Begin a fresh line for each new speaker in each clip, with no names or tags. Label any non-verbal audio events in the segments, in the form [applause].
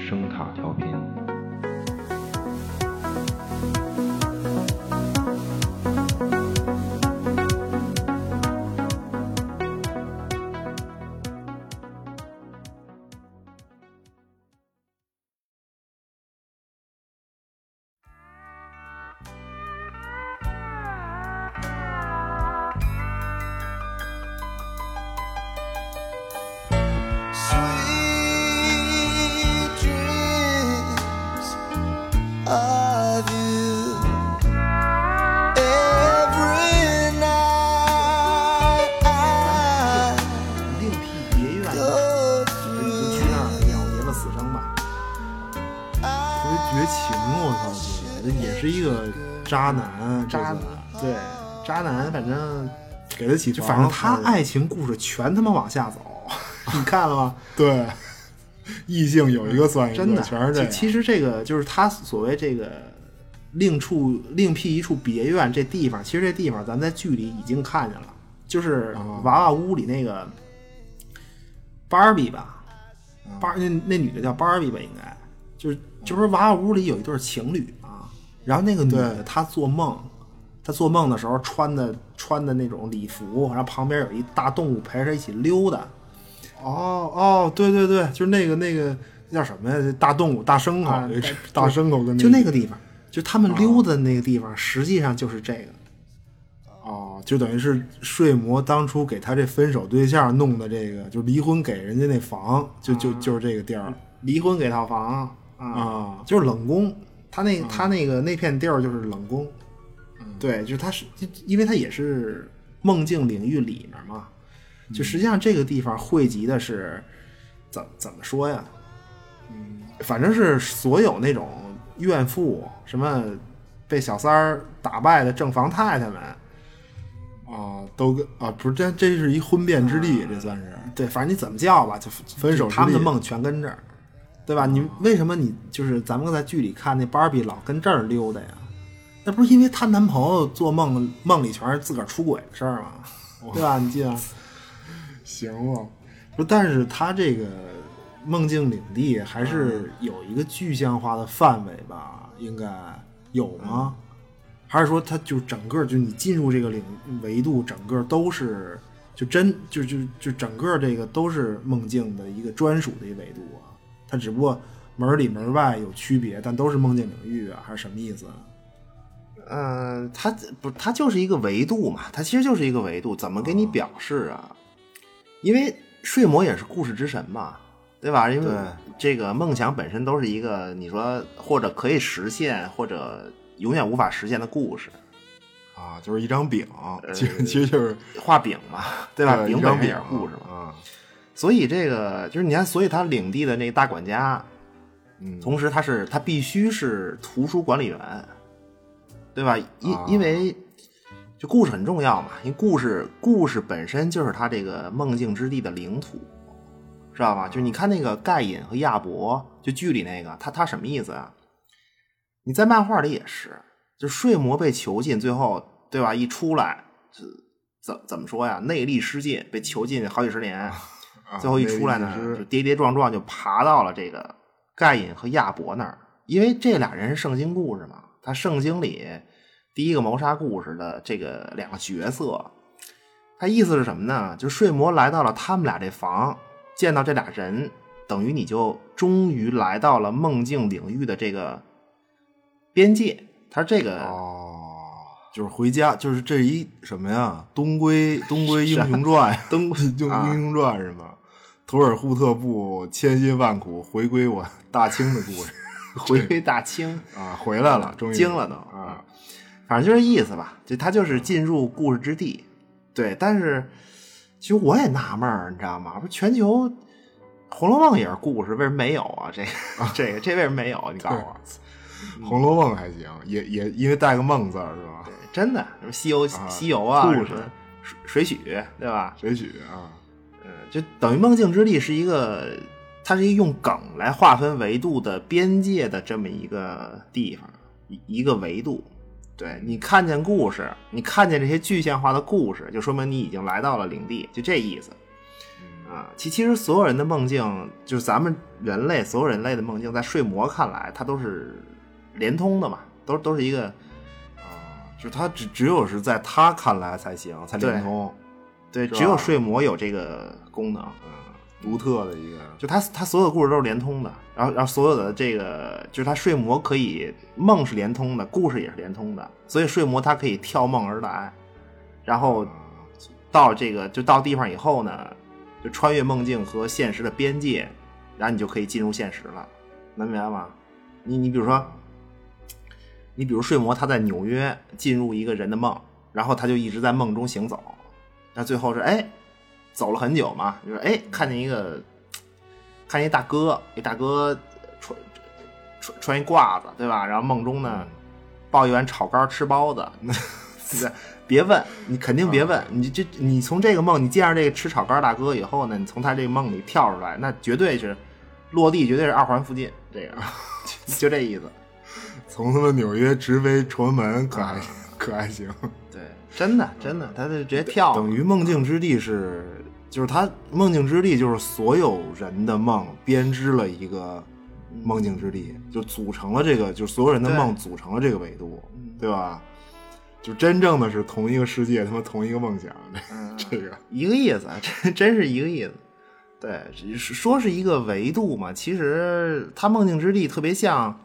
声塔调频。
Sweet dreams of you every night I
另辟别院，
go
就
through.
去那儿了结了死生吧。
I
我就绝情，我操，这也是一个渣男，
渣
男
男，
对，渣男，反正给他起床，
反正他
爱情故事全他妈往 [laughs] 下走，你看了吗？
对，异性有一个算一个，
真的，
全是这
其
样。
其实这个就是他所谓这个另处另辟一处别院这地方，其实这地方咱在剧里已经看见了，就是
啊
娃娃屋里那个芭比吧，
啊
芭那那女的叫芭比吧，应该就是就不是娃娃屋里有一对情侣嘛，然后那个女的
对
她做梦。她做梦的时候穿的穿的那种礼服，然后旁边有一大动物陪着她一起溜达，
哦哦，对对对，
就是那个那个那叫什么呀？大动物大牲口，
啊
就是
大牲口跟
就那
个啊
个地方，就他们溜达的那个地方，实际上就是这个。
哦，就等于是睡魔当初给他这分手对象弄的这个，就离婚给人家那房，就就就是这个地儿
啊离婚给套房啊，
啊
就是冷宫。他那他那个那片地儿就是冷宫，
嗯
对，就是他是就因为他也是梦境领域里面嘛，就实际上这个地方汇集的是怎怎么说呀？嗯，反正是所有那种怨妇什么被小三儿打败的正房太太们，
啊，都跟啊不是这这是一婚变之地，这算是
对，反正你怎么叫啊吧，就
分手之
他们的
地
梦全跟这儿，对吧？你为什么你就是咱们在剧里看那芭比老跟这儿溜达呀？那不是因为她男朋友做梦梦里全是自个儿出轨的事儿吗？对吧？你记得？
行了，
不是，但是她这个梦境领地还
嗯
是有一个具象化的范围吧？应该有吗？
嗯
还是说它就整个就你进入这个领维度，整个都是就真就就就整个这个都是梦境的一个专属的一维度啊？它只不过门里门外有区别，但都是梦境领域啊，还是什么意思啊？
嗯，它不，它就是一个维度嘛，它其实就是一个维度，怎么
哦
给你表示啊？因为睡魔也是故事之神嘛，对吧？因为
对
这个梦想本身都是一个你说或者可以实现，或者永远无法实现的故事，
啊，就是一张饼，其实其实就是
画饼嘛， [laughs] 对吧？
对
饼
一
本
张
身
饼
也是故事嘛。
啊，
所以这个就是你看，所以他领地的那个大管家，
嗯
同时他是他必须是图书管理员，对吧？因、
啊
因为就故事很重要嘛，因为故事故事本身就是他这个梦境之地的领土，知道吧？就是你看那个盖隐和亚伯，就剧里那个他他什么意思啊？你在漫画里也是，就睡魔被囚禁，最后对吧？一出来是怎怎么说呀？内力失禁，被囚禁好几十年。
啊
最后一出来呢
那个意，思
就是跌跌撞撞就爬到了这个盖隐和亚伯那儿，因为这俩人是圣经故事嘛，他圣经里第一个谋杀故事的这个两个角色，他意思是什么呢？就睡魔来到了他们俩这房，见到这俩人，等于你就终于来到了梦境领域的这个边界，他是这个、
哦，就是回家，就是这一什么呀？东归东归英
[laughs]
雄传，东 [laughs] 归英
啊
英雄传是吗？图尔扈特部千辛万苦回归我大清的故事
回归大清。
啊，回来了，终于
惊了都
啊！
反正就是意思吧，就他就是进入故事之地，对。但是其实我也纳闷儿，你知道吗？不是全球《红楼梦》也是故事，为什么没有啊？ [laughs] 这个、这个这为什么没有？啊你告诉我，
《红楼梦》还行，也也因为带个梦字儿是吧？
真的什么西游、
啊
西游啊，
故事
什么水水许，对吧？
谁许啊？
嗯，就等于梦境之地是一个，它是一个用梗来划分维度的边界的这么一个地方，一一个维度。对你看见故事，你看见这些具象化的故事，就说明你已经来到了领地，就这意思。啊、
嗯
啊，其其实所有人的梦境，就是咱们人类所有人类的梦境，在睡魔看来，它都是连通的嘛，都都是一个
啊就是他只只有是在他看来才行，才
对
灵通，
对，
是吧
只有睡魔有这个功能，
独特的一个。
就它它所有故事都是连通的，然后然后所有的这个就是它睡魔可以梦是连通的，故事也是连通的，所以睡魔它可以跳梦而来，然后到这个就到地方以后呢，就穿越梦境和现实的边界，然后你就可以进入现实了，能明白吗？你你比如说，你比如睡魔他在纽约进入一个人的梦，然后他就一直在梦中行走，那最后是哎走了很久嘛，就是哎看见一个看见一大哥，一大哥穿穿穿一褂子，对吧？然后梦中
嗯
呢抱一碗炒肝吃包子， [laughs] 对别问，你肯定
嗯
别问，你这你从这个梦你见着这个吃炒肝大哥以后呢，你从他这个梦里跳出来，那绝对是落地，绝对是二环附近，这
[laughs]
个就这意思。
从他妈纽约直飞崇文门，可还可还行。
对，真的真的，他就直接跳
等于梦境之地是，就是他梦境之地就是所有人的梦编织了一个梦境之地，就组成了这个，就是所有人的
对
梦组成了这个维度，
嗯
对吧？就真正的是同一个世界，他妈同一个梦想，
[laughs]
这个
一个意思， [laughs] 真真是一个意思。对，只是说是一个维度嘛，其实它梦境之地特别像，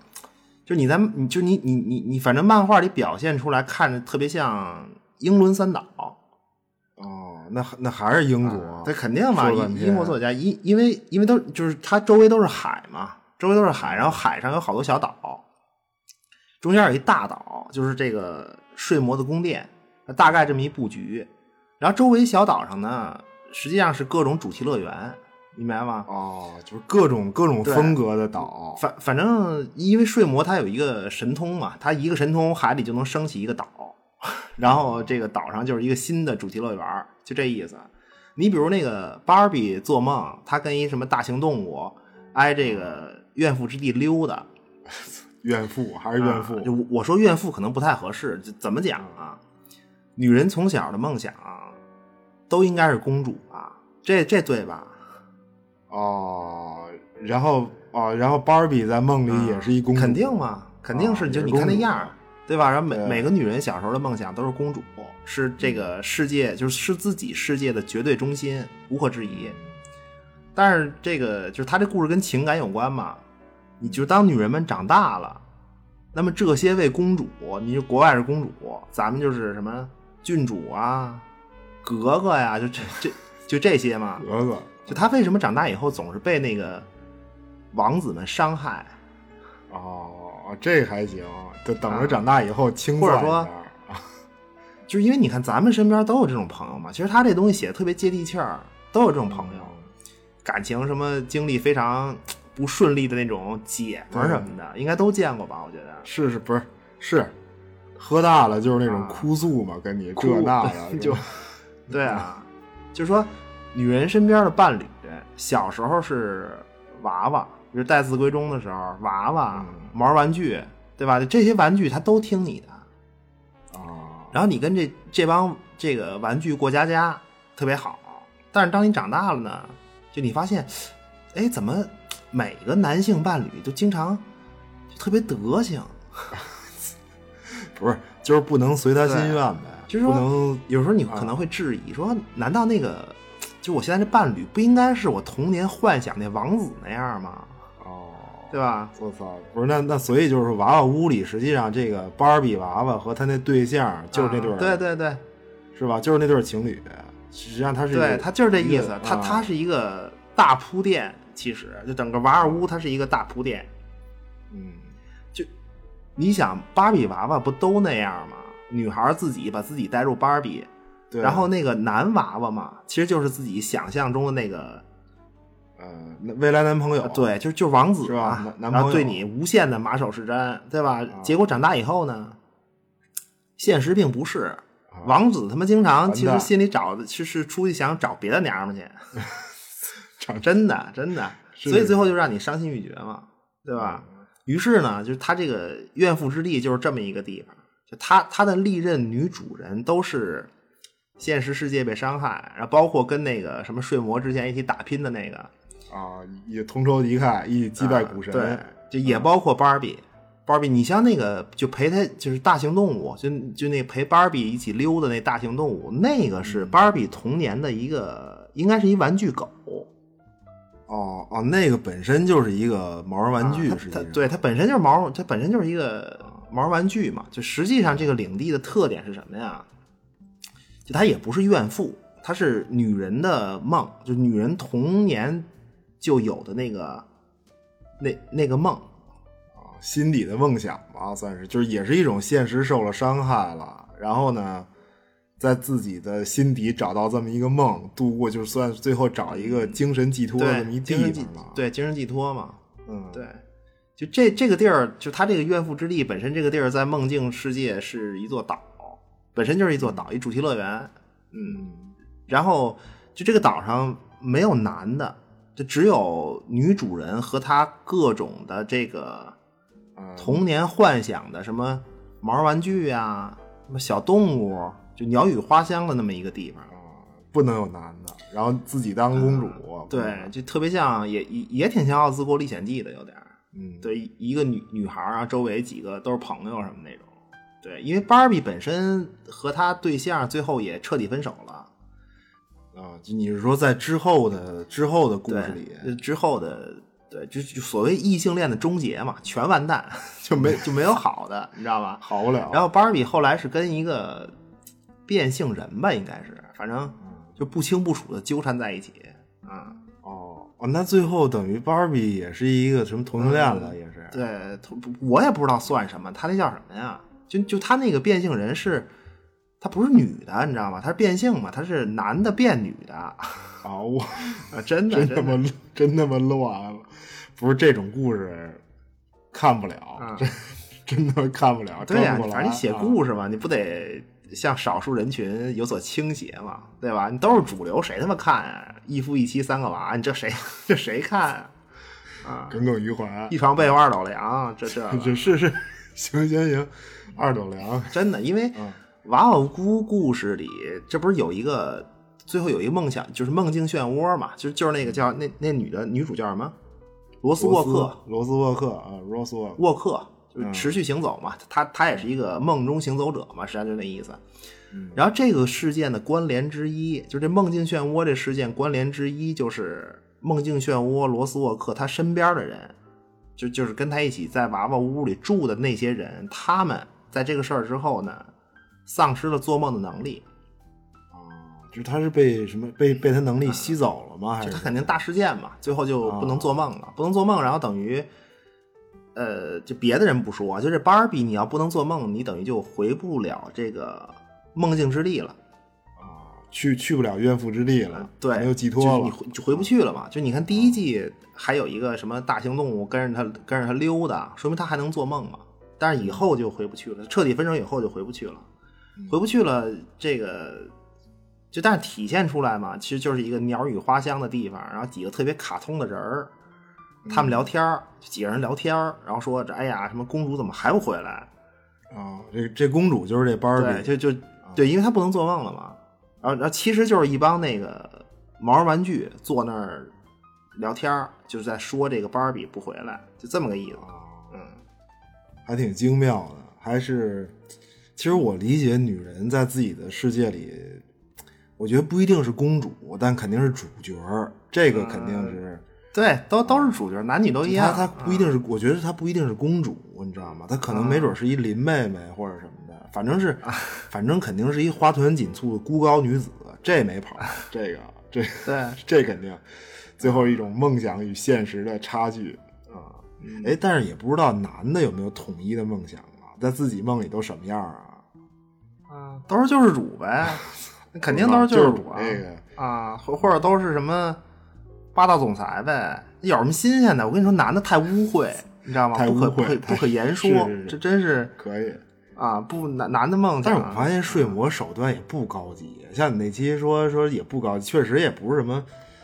就你在，你就你你你你，反正漫画里表现出来看着特别像英伦三岛，
哦，那那还是英国，啊哦
对，啊肯定嘛，
说了半
英
天
英国作家，因因为因为都就是它周围都是海嘛，周围都是海，然后海上有好多小岛，中间有一大岛，就是这个睡魔的宫殿，大概这么一布局。然后周围小岛上呢，实际上是各种主题乐园，你明白吗？
哦，就是各种各种
对
风格的岛，
反反正因为睡魔它有一个神通嘛，它一个神通海里就能升起一个岛， [laughs] 然后这个岛上就是一个新的主题乐园儿，就这意思。你比如那个芭比做梦，她跟一什么大型动物挨这个怨妇之地溜达，
怨妇还是怨妇，
啊就我我说怨妇可能不太合适，就怎么讲啊？女人从小的梦想都应该是公主啊，这这对吧？
哦，然后哦，然后芭比在梦里也是一公主，
啊嗯肯定嘛，肯定是，
啊
就
也是
你看那
公主
样儿，对吧？然后每
对
每个女人小时候的梦想都是公主，是这个世界，就是是自己世界的绝对中心，无可置疑。但是这个就是他这故事跟情感有关嘛，你就当女人们长大了，那么这些位公主，你就国外是公主，咱们就是什么郡主啊、格格呀、就这这就这些嘛，
格格，
就她为什么长大以后总是被那个王子们伤害？
哦，这还行，就等着长大以后清
啊或者
算一
说
下
就是因为你看咱们身边都有这种朋友嘛，其实他这东西写的特别接地气儿，都有这种朋友，感情什么经历非常不顺利的那种姐们儿什么的，应该都见过吧？我觉得
是是不是是，喝大了就是那种
啊
哭诉嘛，跟你
哭
这那
[laughs]
的
就是
吧
对啊，就是说女人身边的伴侣，小时候是娃娃，就是待字闺中的时候，娃娃、毛玩具，对吧？这些玩具她都听你的，
啊，
然后你跟这这帮这个玩具过家家特别好，但是当你长大了呢，就你发现，哎，怎么每个男性伴侣都经常就特别德行？
不是就是不能随他心愿呗，
就是说
不能
有时候你可
啊
能会质疑说，难道那个就我现在这伴侣不应该是我童年幻想那王子那样吗？
哦。
对吧？
我操，不是那那，所以就是说娃娃屋里，实际上这个芭比娃娃和她那对象就是那对儿、
啊对对对
是吧？就是那对儿情侣，实际上他是一个
对，他就是这意
一
思
个，
他
啊
他是一个大铺垫，其实就整个娃儿屋它是一个大铺垫。
嗯，
你想，芭比娃娃不都那样吗？女孩自己把自己带入芭比，
对。
然后那个男娃娃嘛，其实就是自己想象中的那个，
呃，那未来男朋友
呃对，就是就是王子
是
嘛
吧男男
然后
朋友啊
对你无限的马首是瞻，对吧？结果长大以后呢，现实并不是，王子他妈经常
啊完
其实
蛋
心里找的是是出去想找别的娘们
[laughs]
去，真的真的，
是啊
所以最后就让你伤心欲绝嘛，对吧？于是呢，就是他这个怨妇之地就是这么一个地方，就他他的历任女主人都是现实世界被伤害，然后包括跟那个什么睡魔之前一起打拼的那个
啊，也同仇敌忾，一起击败股神。
啊对，就也包括芭比。芭比，你像那个就陪他就是大型动物，就就那陪芭比一起溜达那大型动物，那个是芭比童年的一个，应该是一玩具狗。
哦哦，那个本身就是一个毛绒玩具，
啊它
实际
它
上
对它本身就是毛绒，它本身就是一个毛绒玩具嘛。就实际上这个领地的特点是什么呀？就它也不是怨妇，它是女人的梦，就女人童年就有的那个那那个梦。
心底的梦想吧，算是就是也是一种现实受了伤害了，然后呢，在自己的心底找到这么一个梦，度过就算最后找一个精神寄托的这么一
嗯对，
地
精神寄
方了。，
对精神寄托嘛。
嗯，
对，就这这个地儿，就它这个怨妇之地本身，这个地儿在梦境世界是一座岛，本身就是一座岛，一主题乐园。
嗯，
然后就这个岛上没有男的，就只有女主人和她各种的这个
嗯
童年幻想的什么毛绒玩具啊，什么小动物，就鸟语花香的那么一个地方。
哦不能有男的，然后自己当公主。
嗯
啊
对，就特别像，也也也挺像《奥兹国历险记》的，有点儿。
嗯，
对，一个女女孩儿啊，周围几个都是朋友什么那种。对，因为芭比本身和她对象最后也彻底分手了。
啊，就你是说在之后的之后的故
对，
事里，
呃之后的对，就就所谓异性恋的终结嘛，全完蛋， [laughs] 就没就没有好的，你知道吧？
好不了。
然后芭比后来是跟一个变性人吧，应该是，反正就不清不楚的纠缠在一起。啊、
哦哦，那最后等于芭比也是一个什么同性恋了，也是。
嗯对，同我也不知道算什么，他那叫什么呀？就就他那个变性人是，他不是女的，你知道吗？他是变性嘛，他是男的变女的， [laughs] 啊，
啊，我
[laughs] 真的
真
真
他妈真他妈乱了，不是这种故事看不了，
嗯
[laughs] 真他妈看不了。
对呀、
转不过来
反正你写
啊
故事嘛，你不得向少数人群有所倾斜嘛，对吧？你都是主流，谁他妈看啊？一夫一妻三个娃，你这谁 [laughs] 这谁看啊？啊，
耿耿于怀
一，床被窝二斗粮，这这
[laughs] 这是是行行行，二斗粮
真的，因为娃娃屋故事里，这不是有一个最后有一个梦想，就是梦境漩涡嘛，就就是那个叫那那女的女主叫什么？罗斯沃克，
罗斯沃克啊，罗斯沃克
沃克，就是持续行走嘛，他他也是一个梦中行走者嘛，实际上就那意思。然后这个事件的关联之一，就这梦境漩涡这事件关联之一，就是梦境漩涡罗斯沃克他身边的人，就就是跟他一起在娃娃屋里住的那些人，他们在这个事儿之后呢，丧失了做梦的能力，
啊，就是他是被什么被被他能力吸走了吗？还
就是哦他啊肯定大事件嘛，最后就不能做梦了，不能做梦，然后等于，呃，就别的人不说，就这芭比，你要不能做梦，你等于就回不了这个梦境之地了，
去去不了怨妇之地了，
对，
没有寄
就是
托
你
了。
回就回不去了嘛。就你看第一季还有一个什么大型动物跟着他跟着他溜达，说明他还能做梦嘛，但是以后就回不去了，彻底分手以后就回不去了，回不去了这个。就但是体现出来嘛，其实就是一个鸟语花香的地方，然后几个特别卡通的人儿，他们聊天儿，几个人聊天儿，然后说这哎呀，什么公主怎么还不回来？
啊，这这公主就是这芭
对，
比，
就就对，因为她不能做梦了嘛。然后然后其实就是一帮那个毛绒玩具坐那儿聊天儿，就是在说这个芭比不回来，就这么个意思。
啊
嗯，
还挺精妙的，还是其实我理解女人在自己的世界里，我觉得不一定是公主，但肯定是主角儿，这个肯定是。
对，都都是主角，男女都嗯一样。嗯
她她不一定是，我觉得她不一定是公主，你知道吗？她可能没准是一林妹妹或者什么的，反正是，
啊
反正肯定是一花团锦簇的孤高女子，这没跑，这个这
对，
这肯定，最后一种梦想与现实的差距啊。
嗯
哎，但是也不知道男的有没有统一的梦想啊，在自己梦里都什么样啊？
嗯，都是救世主
[laughs]
呗，那肯定都是救世主啊。
就是这
啊，或或者都是什么霸道总裁呗，有什么新鲜的？我跟你说，男的太污秽，你知道吗？
太
不可
污秽
不可不
太
可言说，
是是是
这真是
可以。
啊，不男男的梦想
但
啊。
是我发现睡魔手段也不高级，像你那期说说也不高级，确实也不是什么，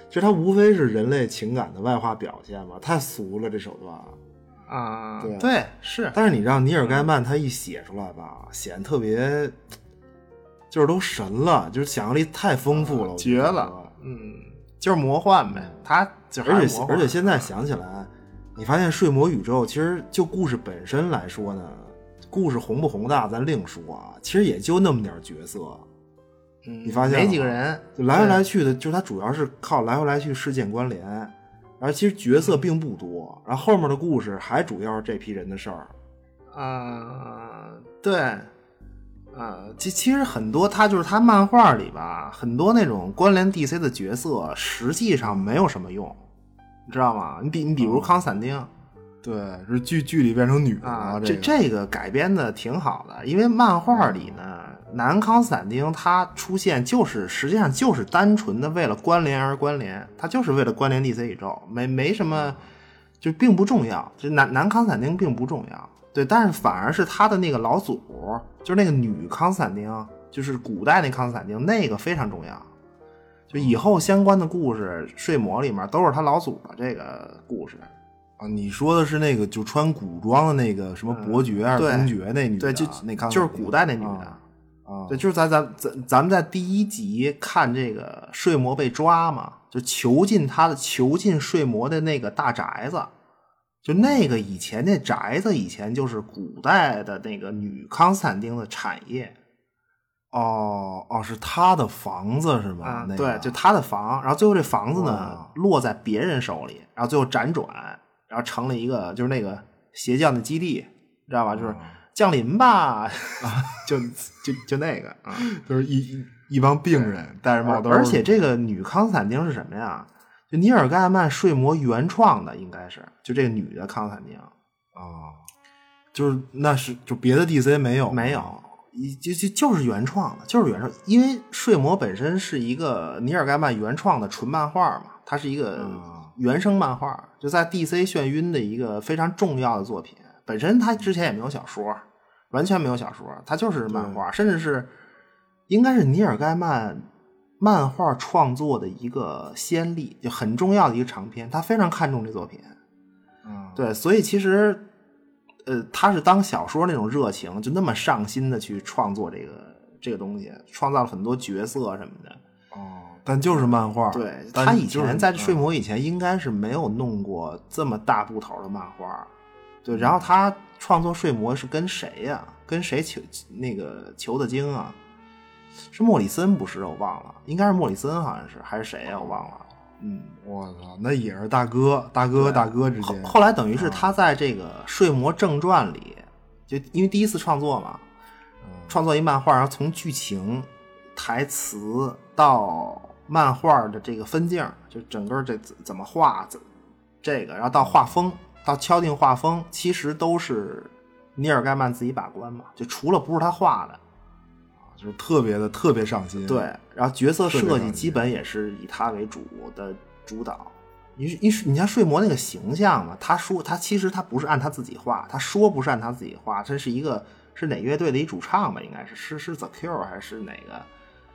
就它无非是人类情感的外化表现嘛，太俗了这手段。
啊，
对
对是，
但是你让尼尔盖曼他一写出来吧，显得特别，
就是都神了，就是想象力太丰富了，我觉
绝
得
了。嗯，就是魔幻呗，他就还
而
是
且
魔幻
而
啊
且现在想起来，你发现睡魔宇宙其实就故事本身来说呢，故事宏不宏大咱另说啊，其实也就那么点儿角色，
嗯
你发现了吗
没几个人，
就来回来去的，就是它主要是靠来回来去事件关联，然后其实角色并不多，然后后面的故事还主要是这批人的事儿。
啊，对，呃，其其实很多他就是他漫画里吧，很多那种关联 DC 的角色，实际上没有什么用，你知道吗？你比你比
嗯
如康斯坦丁、
对，是剧剧里变成女的
啊，
了
这
个
这个嗯改编的挺好的，因为漫画里呢，男康斯坦丁他出现就是实际上就是单纯的为了关联而关联，他就是为了关联 DC 宇宙，没没什么，就并不重要。这男男康斯坦丁并不重要，对，但是反而是他的那个老祖，就是那个女康斯坦丁，就是古代那康斯坦丁，那个非常重要。就以后相关的故事，睡魔里面都是他老祖的这个故事，
啊，你说的是那个就穿古装的那个什么
呃
伯爵还是
对
公爵那女
对，
的啊，
就
那康
就是
斯坦丁
古代那女的。
啊啊
对，就是咱咱咱咱们在第一集看这个睡魔被抓嘛，就囚禁他的囚禁睡魔的那个大宅子，就那个以前那宅子以前就是古代的那个女康斯坦丁的产业
哦哦，是他的房子是吗？那
啊对
个，啊
就他的房，然后最后这房子呢
哇
落在别人手里，然后最后辗转，然后成了一个就是那个邪教的基地，你知道吧？就是降临 [laughs] 吧，就就就那个啊。
就是一一一帮病人戴着帽兜儿，
而且这个女康斯坦丁是什么呀？就尼尔盖曼睡魔原创的，应该是就这个女的康斯坦丁
啊，就是那是就别的 DC 没有
没有，一就就就是原创的，就是原创，因为睡魔本身是一个尼尔盖曼原创的纯漫画嘛，它是一个原生漫画，就在 DC 眩晕的一个非常重要的作品。本身它之前也没有小说，完全没有小说，它就是漫画，甚至是应该是尼尔盖曼漫画创作的一个先例，就很重要的一个长篇，他非常看重这作品。
嗯
对，所以其实，呃，他是当小说那种热情，就那么上心的去创作这个这个东西，创造了很多角色什么的。
哦，但就是漫画，
对
但
他以
就是嗯
前在睡魔以前，应该是没有弄过这么大部头的漫画。对，
嗯
然后他创作睡魔是跟谁呀、跟谁求那个求的经啊？是莫里森不是？我忘了，应该是莫里森，好像是还是谁呀、我忘了。嗯，
我操，那也是大哥，大哥和大哥之
后
间，
后来等于是他在这个《睡魔正传》里，就因为第一次创作嘛，创作一漫画，然后从剧情、台词到漫画的这个分镜，就整个这怎怎么画，怎这个，然后到画风，到敲定画风，其实都是尼尔盖曼自己把关嘛，就除了不是他画的，
就是特别的特别上心，啊
对，然后角色
特别
设
让
计
人
基本也是以他为主的主导。你你你像睡魔那个形象嘛，他说他其实他不是按他自己画，他说不是按他自己画，这是一个是哪乐队的一主唱吧？应该是是是 The Cure 还是哪个？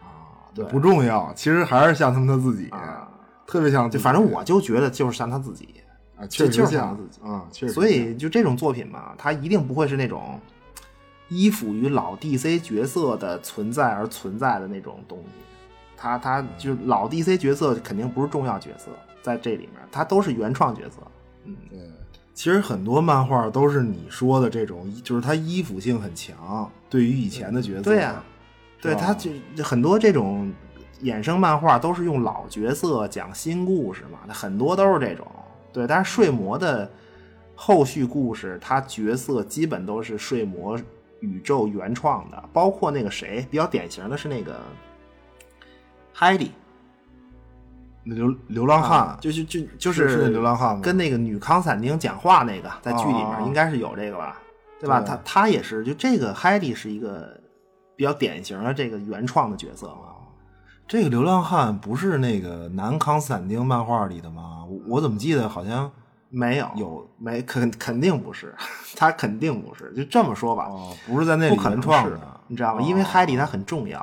啊对
不重要，其实还是像他们他自己，
啊
特别像自
就
己，
反正我就觉得就是像他自己，
啊，确
就
实
是像
像
自己
啊，确实像，
所以就这种作品嘛，它一定不会是那种依附于老 DC 角色的存在而存在的那种东西。它它就是老 DC 角色肯定不是重要角色，在这里面它都是原创角色。
其实很多漫画都是你说的这种，就是它依附性很强，对于以前的角色，
对呀、对它就很多这种衍生漫画都是用老角色讲新故事嘛，那很多都是这种。对，但是睡魔的后续故事，它角色基本都是睡魔宇宙原创的，包括那个谁，比较典型的是那个海莉，
流流浪汉、
啊就就就就是
是流浪汉吗
跟那个女康斯坦丁讲话那个，在剧里
啊啊
面
啊
应该是有这个吧，对吧？
对
他他也是，就这个海莉是一个比较典型的这个原创的角色嘛。
这个流浪汉不是那个南康斯坦丁漫画里的吗？我我怎么记得好像
没有，
有
没肯肯定不是，他肯定不是。就这么说吧，
哦，不是在那
不
里
可
原
能
创
是
的，，
你知道吗？
哦
因为海莉她很重要，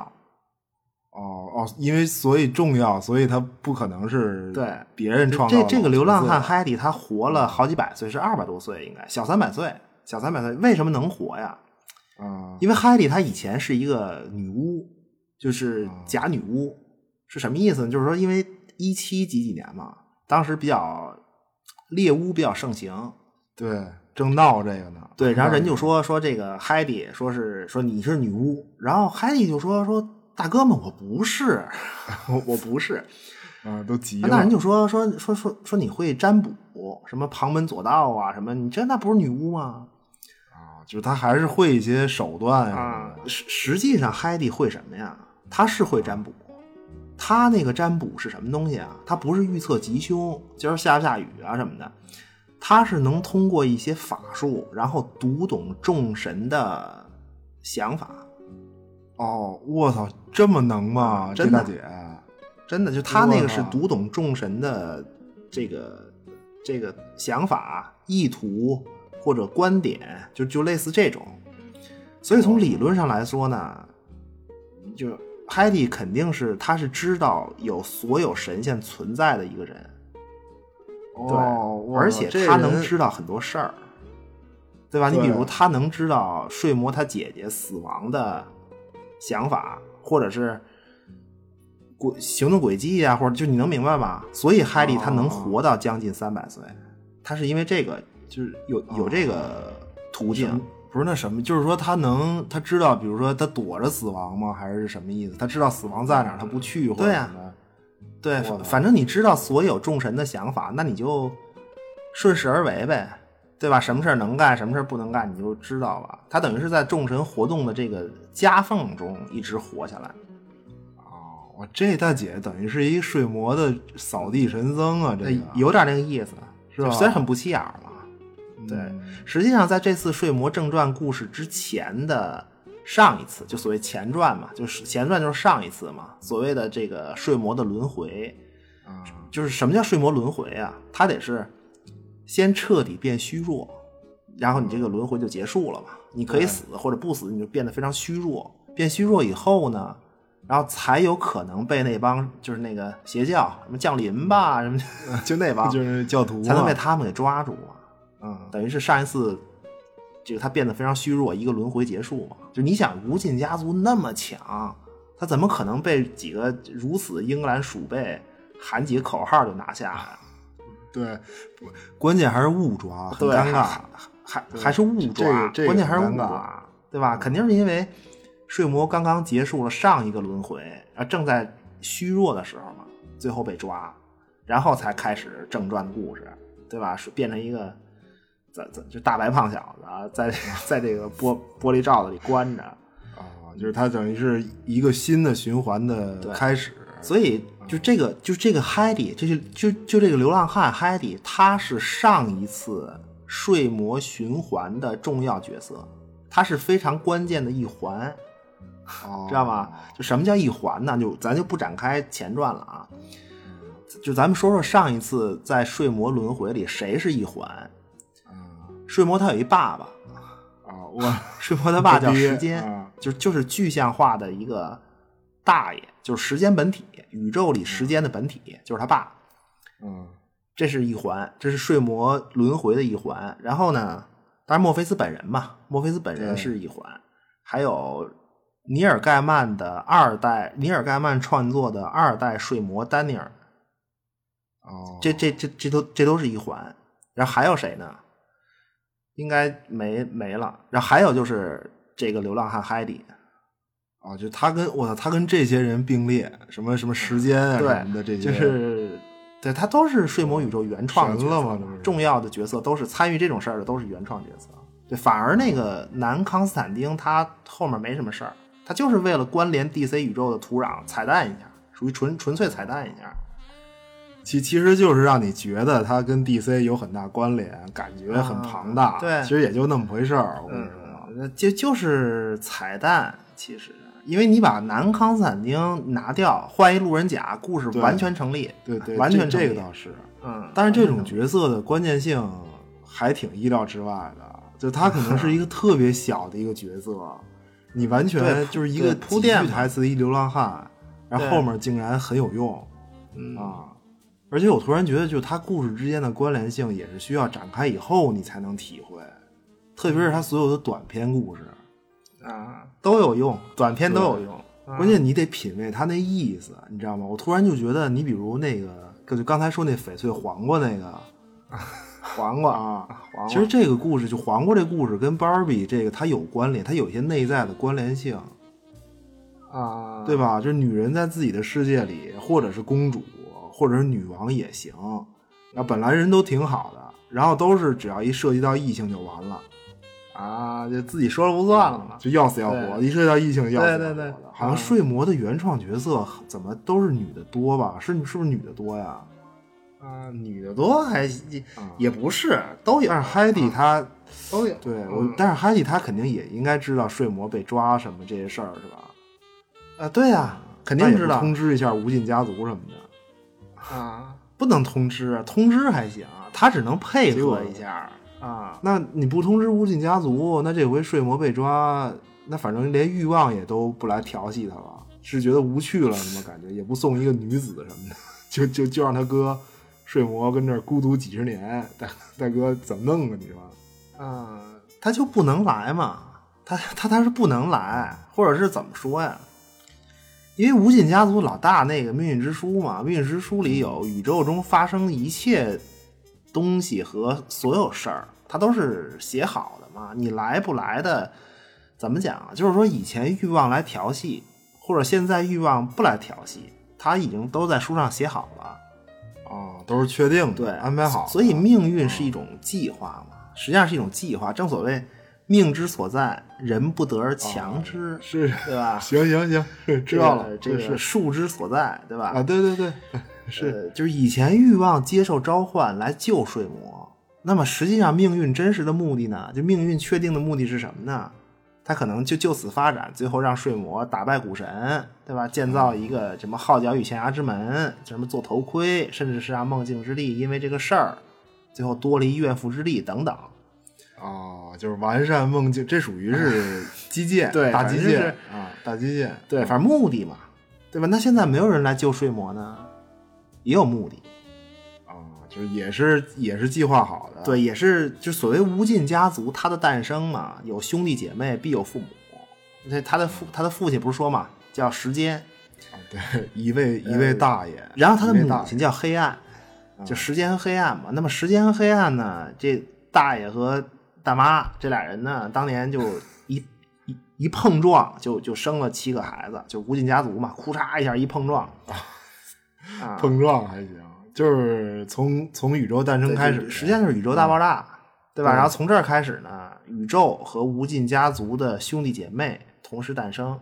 哦哦，因为所以重要，所以他不可能是
对
别人创造
这
的
这个流浪汉
角色
海莉他活了好几百岁，是二百多岁应该，小三百岁，小三百岁为什么能活呀？
啊、
因为海莉她以前是一个女巫，就是假女巫是什么意思呢？就是说，因为一七几几年嘛，当时比较猎巫比较盛行，
对，正闹这个呢。
对，然后人就说说这个 Heidi 说是说你是女巫，然后 Heidi 就说说大哥们我不是， [laughs] 我我不是，
啊，都急
那人
了。
就说说说说说你会占卜，什么旁门左道啊，什么你这那不是女巫吗？
啊就是他还是会一些手段
啊
呀，，
实实际上 Heidi 会什么呀？他是会占卜，他那个占卜是什么东西啊？他不是预测吉凶，今儿下不下雨啊什么的，他是能通过一些法术，然后读懂众神的想法。
哦，我操，这么能吗？这
真的
大姐，
真的，就他那个
我
是
靠
读懂众神的这个这个想法、意图或者观点，就就类似这种。所以从理论上来说呢，就 Heidi 肯定是他是知道有所有神仙存在的一个人，
哦，
对，
我
而
操
且
这
他
人
能知道很多事儿，对吧？你比
对
如他能知道睡魔他姐姐死亡的想法，或者是轨行动轨迹呀、或者就你能明白吧？所
哦
以海里他能活到将近三百岁，他是因为这个，就是有有这个途径。
不是那哦什么，就是说他能，他知道，比如说他躲着死亡吗？还是什么意思？他知道死亡在哪儿，他不去或者
对啊
什么的
对，
我
反
的
反正你知道所有众神的想法，那你就顺势而为呗，对吧？什么事儿能干，什么事儿不能干，你就知道了。他等于是在众神活动的这个夹缝中一直活下来。
哦，我这大姐等于是一睡魔的扫地神僧啊，这个
对，哎有点那个意思，
是吧
虽然很不起眼儿嘛。对，实际上在这次《睡魔正传》故事之前的上一次，就所谓前传嘛，就是前传就是上一次嘛，所谓的这个睡魔的轮回，
啊，
就是什么叫睡魔轮回啊？它得是先彻底变虚弱，然后你这个轮回就结束了嘛。你可以死或者不死，你就变得非常虚弱。变虚弱以后呢，然后才有可能被那帮就是那个邪教什么降临吧，什么 [laughs] 就那帮
就是教徒
才能被
嘛
他们给抓住啊。
嗯
等于是上一次，就是他变得非常虚弱，一个轮回结束嘛。就你想，无尽家族那么强，他怎么可能被几个如此英格兰鼠辈喊几个口号就拿下呀？
对，关键还是误抓，很
对，
尴尬
还。还还是误
这个
抓，
这个
关键还是
很
误
尴尬
抓，对吧？肯定是因为睡魔刚刚结束了上一个轮回，啊，正在虚弱的时候嘛，最后被抓，然后才开始正传的故事，对吧？是变成一个怎怎就大白胖小子啊，在 [laughs] 在这个玻玻璃罩子里关着，
啊，就是他等于是一个新的循环的
对
开始，
所以就这个就这个 Heidi，这是就就这个流浪汉 Heidi，他是上一次睡魔循环的重要角色，他是非常关键的一环，
哦
知道吗？？就什么叫一环呢？就咱就不展开前传了啊，就咱们说说上一次在睡魔轮回里谁是一环？
嗯
睡魔他有一爸爸，
啊，
[laughs]
我
睡魔他爸
他
叫
爹
时间，
啊
就就是具象化的一个大爷，就是时间本体，宇宙里时间的本体、就是他爸。
嗯
这是一环，这是睡魔轮回的一环。然后呢，当然墨菲斯本人嘛，墨菲斯本人
对
是一环，还有尼尔盖曼的二代，尼尔盖曼创作的二代睡魔丹尼尔，
哦，
这这这这都这都是一环。然后还有谁呢？应该没没了。然后还有就是这个流浪汉海底，
啊，就他跟我操，他跟这些人并列，什么什么时间啊
对
什么的这些，
就是对他都是睡魔宇宙原创的角色
神了嘛这不是
重要的角色都是参与这种事儿的都是原创角色。对，反而那个南康斯坦丁他后面没什么事儿，他就是为了关联 DC 宇宙的土壤彩蛋一下，属于纯纯粹彩蛋一下。
其其实就是让你觉得他跟 DC 有很大关联，感觉很庞大，
啊对
其实也就那么回事儿，我跟你说，
嗯，就就是彩蛋，其实因为你把南康斯坦丁拿掉，换一路人甲，故事
对
完全成立。
对对，
完全
这这
成
个
立
倒是，
嗯，
但是这种
完全成立
角色的关键性还挺意料之外的，就他可能
[laughs]
是一个特别小的一个角色，你完
对
全
铺
就是一
对
个
铺垫
几句
嘛
台词一流浪汉，然后
对
后面竟然很有用
嗯
啊！而且我突然觉得，就他故事之间的关联性也是需要展开以后你才能体会，特别是他所有的短篇故事，
啊，都有用，短片都有用。嗯
关键你得品味它那意思，你知道吗？我突然就觉得，你比如那个，就刚才说那翡翠黄瓜
[laughs]
那个，
黄瓜啊，黄瓜，
其实这个故事就黄瓜这故事跟芭比这个它有关联，它有一些内在的关联性，
啊，
对吧？就是女人在自己的世界里，或者是公主，或者是女王也行，那本来人都挺好的，然后都是只要一涉及到异性就完了，
啊，就自己说了不算了嘛。
就要死要活，
对
一涉及到异性要死要
对
活的。
对对
好像
嗯
睡魔的原创角色怎么都是女的多吧？是是不是女的多呀？
啊，女的多还也
啊
也不是，都有啊
但是 Heidi 她、
都有。
对
嗯
我，但是 Heidi 她肯定也应该知道睡魔被抓什么这些事儿是吧？嗯
啊，对呀、肯定知
那也
道
不通知一下无尽家族什么的。
啊，不能通
啊
知，通知还行，他只能配合一下啊。
那你不通知无尽家族，那这回睡魔被抓，那反正连欲望也都不来调戏他了，是觉得无趣了什么感觉？也不送一个女子什么的， [laughs] 就就就让他哥睡魔跟这儿孤独几十年，大大哥怎么弄啊？你说？
嗯，他就不能来嘛，他他他是不能来，或者是怎么说呀？因为无尽家族老大那个命运之书嘛，命运之书里有宇宙中发生一切东西和所有事儿，它都是写好的嘛。你来不来的，怎么讲啊？就是说以前欲望来调戏，或者现在欲望不来调戏，它已经都在书上写好了。
啊，都是确定的，
对，
安排好的。
所以命运是一种计划嘛，实际上是一种计划。正所谓命之所在，人不得而强之，
是
对吧？
[laughs] 行行行， [laughs] 知道
这
了，
个这个
是
树之所在，对吧？
啊，对对对，
是、呃就是以前欲望接受召唤来救睡魔，那么实际上命运真实的目的呢？就命运确定的目的是什么呢？他可能就就此发展，最后让睡魔打败古神，对吧？建造一个什么号角与悬崖之门，什么做头盔，甚至是让梦境之力因为这个事儿，最后多了一怨妇之力等等。
啊，就是完善梦境，这属于
[laughs]
是基建，
对
大
反
基
正就
建
是
啊，大基建，
对，反正目的嘛，对吧？那现在没有人来救睡魔呢，也有目的。
啊，就是也是也是计划好的，
对，也是就所谓无尽家族，它的诞生嘛，有兄弟姐妹必有父母。那他的父他的父亲不是说嘛，叫时间，
啊，对，一位一位大爷，
呃然后他的
一位大
母
爷
亲叫黑暗，
嗯
就时间和黑暗嘛。那么时间和黑暗呢，这大爷和大妈这俩人呢，当年就一一一碰撞就就生了七个孩子，就无尽家族嘛，哭嚓一下一碰撞，啊，
碰撞还行，就是从从宇宙诞生
对
开
就
始，
实际上就是宇宙大爆炸，对吧？然后从这儿开始呢，宇宙和无尽家族的兄弟姐妹同时诞生。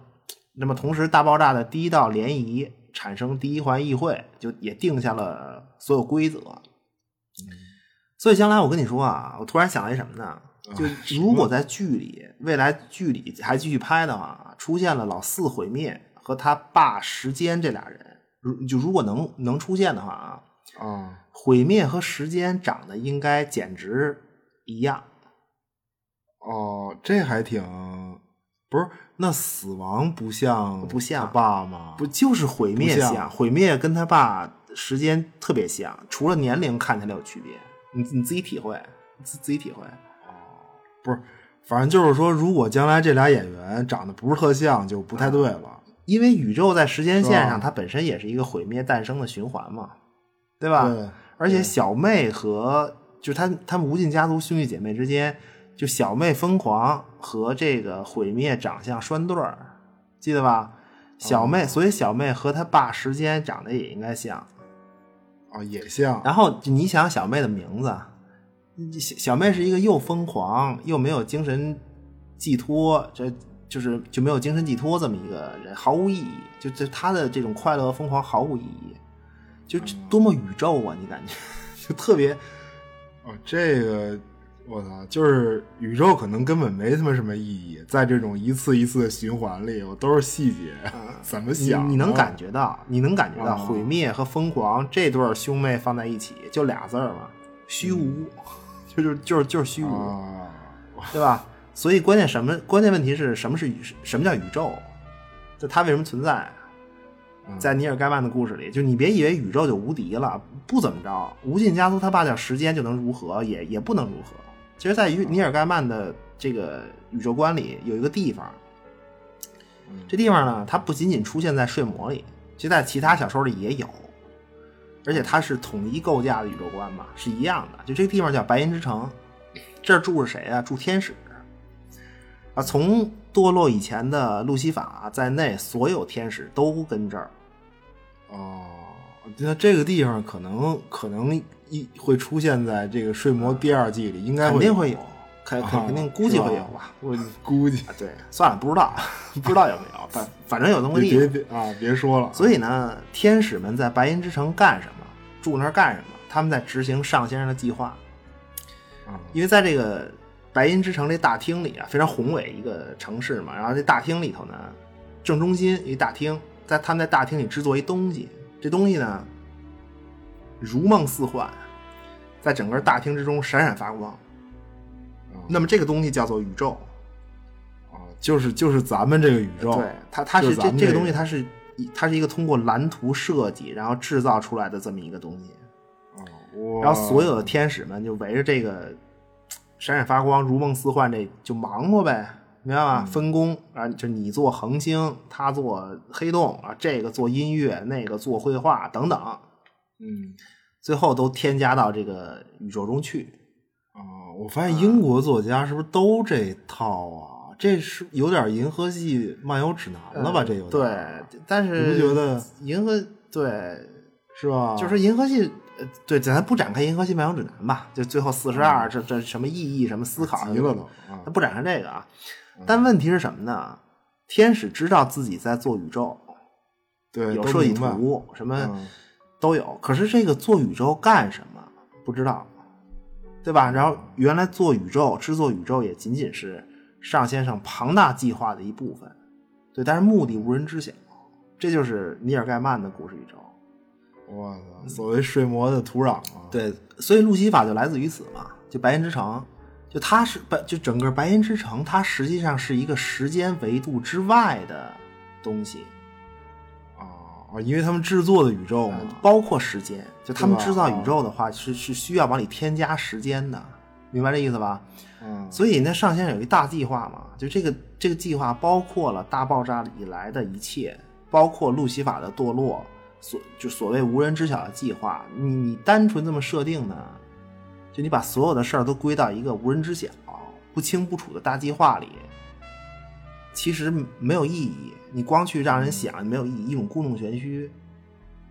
那么，同时大爆炸的第一道涟漪产生第一环议会，就也定下了所有规则。所以，将来我跟你说啊，我突然想了一什么呢？就如果在剧里，未来剧里还继续拍的话，啊出现了老四毁灭和他爸时间这俩人，如就如果能能出现的话啊，
啊，
毁灭和时间长得应该简直一样。
哦，这还挺不是那死亡不像
不像
他爸吗？
不就是毁灭
不像
毁灭跟他爸时间特别像，除了年龄看起来有区别，你你自己体会，自自己体会。
不是，反正就是说，如果将来这俩演员长得不是特像，就不太对了。
因为宇宙在时间线
是吧
上，它本身也是一个毁灭诞生的循环嘛，对吧？
对
而且小妹和就是他他们无尽家族兄弟姐妹之间，就小妹疯狂和这个毁灭长相拴对儿，记得吧？小妹，所以小妹和她爸时间长得也应该像。
啊，也像
然后就你想小妹的名字，小小妹是一个又疯狂又没有精神寄托，这就是就没有精神寄托这么一个人，毫无意义。就就她的这种快乐和疯狂毫无意义，就这多么宇宙啊！你感觉 [laughs] 就特别。
哦，这个我操，就是宇宙可能根本没他妈什么意义，在这种一次一次的循环里，我都是细节，怎么
你
想啊的
嗯你能感觉到，你能感觉到
啊
毁灭和疯狂这对儿兄妹放在一起就俩字儿嘛，虚无， [laughs] 就是就是就是虚无，
嗯啊？
对吧？所以关键什么关键问题是什么是宇什么叫宇宙？就它为什么存在？在尼尔盖曼的故事里，就你别以为宇宙就无敌了，不怎么着，无尽家族他爸叫时间就能如何，也也不能如何。其实，在于尼尔盖曼的这个宇宙观里，有一个地方这地方呢，它不仅仅出现在《睡魔》里，其实在其他小说里也有，而且它是统一构架的宇宙观嘛，是一样的。就这个地方叫白银之城，这儿住着谁啊？住天使啊！从堕落以前的路西法在内，所有天使都跟这儿。
哦，那这个地方可能可能一会出现在这个《睡魔》第二季里，应该
肯定
会
会有，肯肯定估计会有吧。
我估计
啊对，算了，不知道， [laughs] 不知道有没有，反反正有那么个地
别别
方。
别啊，别说了。
所以呢，天使们在白银之城干什么，住那儿干什么？他们在执行上先生的计划，
啊
因为在这个白银之城这大厅里啊，非常宏伟一个城市嘛。然后这大厅里头呢，正中心一大厅，在他们在大厅里制作一东西，这东西呢如梦似幻，啊在整个大厅之中闪闪发光。
哦
那么这个东西叫做宇宙，
啊，就是就是咱们这个宇宙，
对，它它
就是咱
这
们
这个
这个
东西，它是一它是一个通过蓝图设计，然后制造出来的这么一个东西。
哇
然后所有的天使们就围着这个闪闪发光、如梦似幻这就忙活呗，明白
嗯
吗？分工啊，就你做恒星，他做黑洞啊，这个做音乐，那个做绘画等等，
嗯
最后都添加到这个宇宙中去。
啊，我发现英国作家是不是都这套啊？这是有点银河系漫游指南了吧？这有
嗯
点
对，但是
你不觉得啊
银河对
是吧？
就是说银河系，呃，对，咱不展开银河系漫游指南吧，就最后四十二，这这什么意义、什么思考
啊急了都啊
咱不展开这个啊。
嗯
但问题是什么呢？天使知道自己在做宇宙，
对，
有
都
设计
明白
图，什么
嗯
都有。可是这个做宇宙干什么不知道，对吧？然后原来做宇宙、制作宇宙也仅仅是尚先生庞大计划的一部分，对，但是目的无人知晓。这就是尼尔盖曼的故事宇宙。
我操，所谓睡魔的土壤啊，
嗯对，所以路西法就来自于此嘛，就白银之城，就它是白，就整个白银之城，它实际上是一个时间维度之外的东西，
啊啊，因为他们制作的宇宙嘛，
呃包括时间。就他们
对吧哦
制造宇宙的话，是是需要往里添加时间的，明白这意思吧？
嗯，
所以那上线有一大计划嘛，就这个这个计划包括了大爆炸以来的一切，包括路西法的堕落，所就所谓无人知晓的计划。你你单纯这么设定呢，就你把所有的事儿都归到一个无人知晓、不清不楚的大计划里，其实没有意义。你光去让人想没有意义，一种故弄玄虚。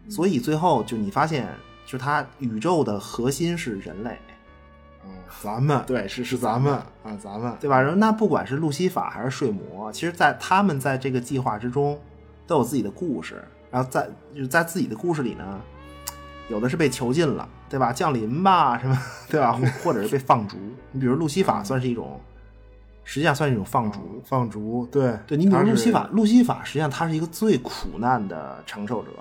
所以最后就你发现，就它宇宙的核心是人类。
嗯咱们
对是
是咱们啊，咱们
对吧？然后那不管是路西法还是睡魔，其实在他们在这个计划之中都有自己的故事，然后在就是在自己的故事里呢，有的是被囚禁了，对吧？降临吧，什么对吧？或或者是被放逐。你比如路西法
嗯
算是一种，实际上算是一种放逐。
放逐，对
对你比如
嗯他
路
是
西法，路西法实际上他是一个最苦难的承受者，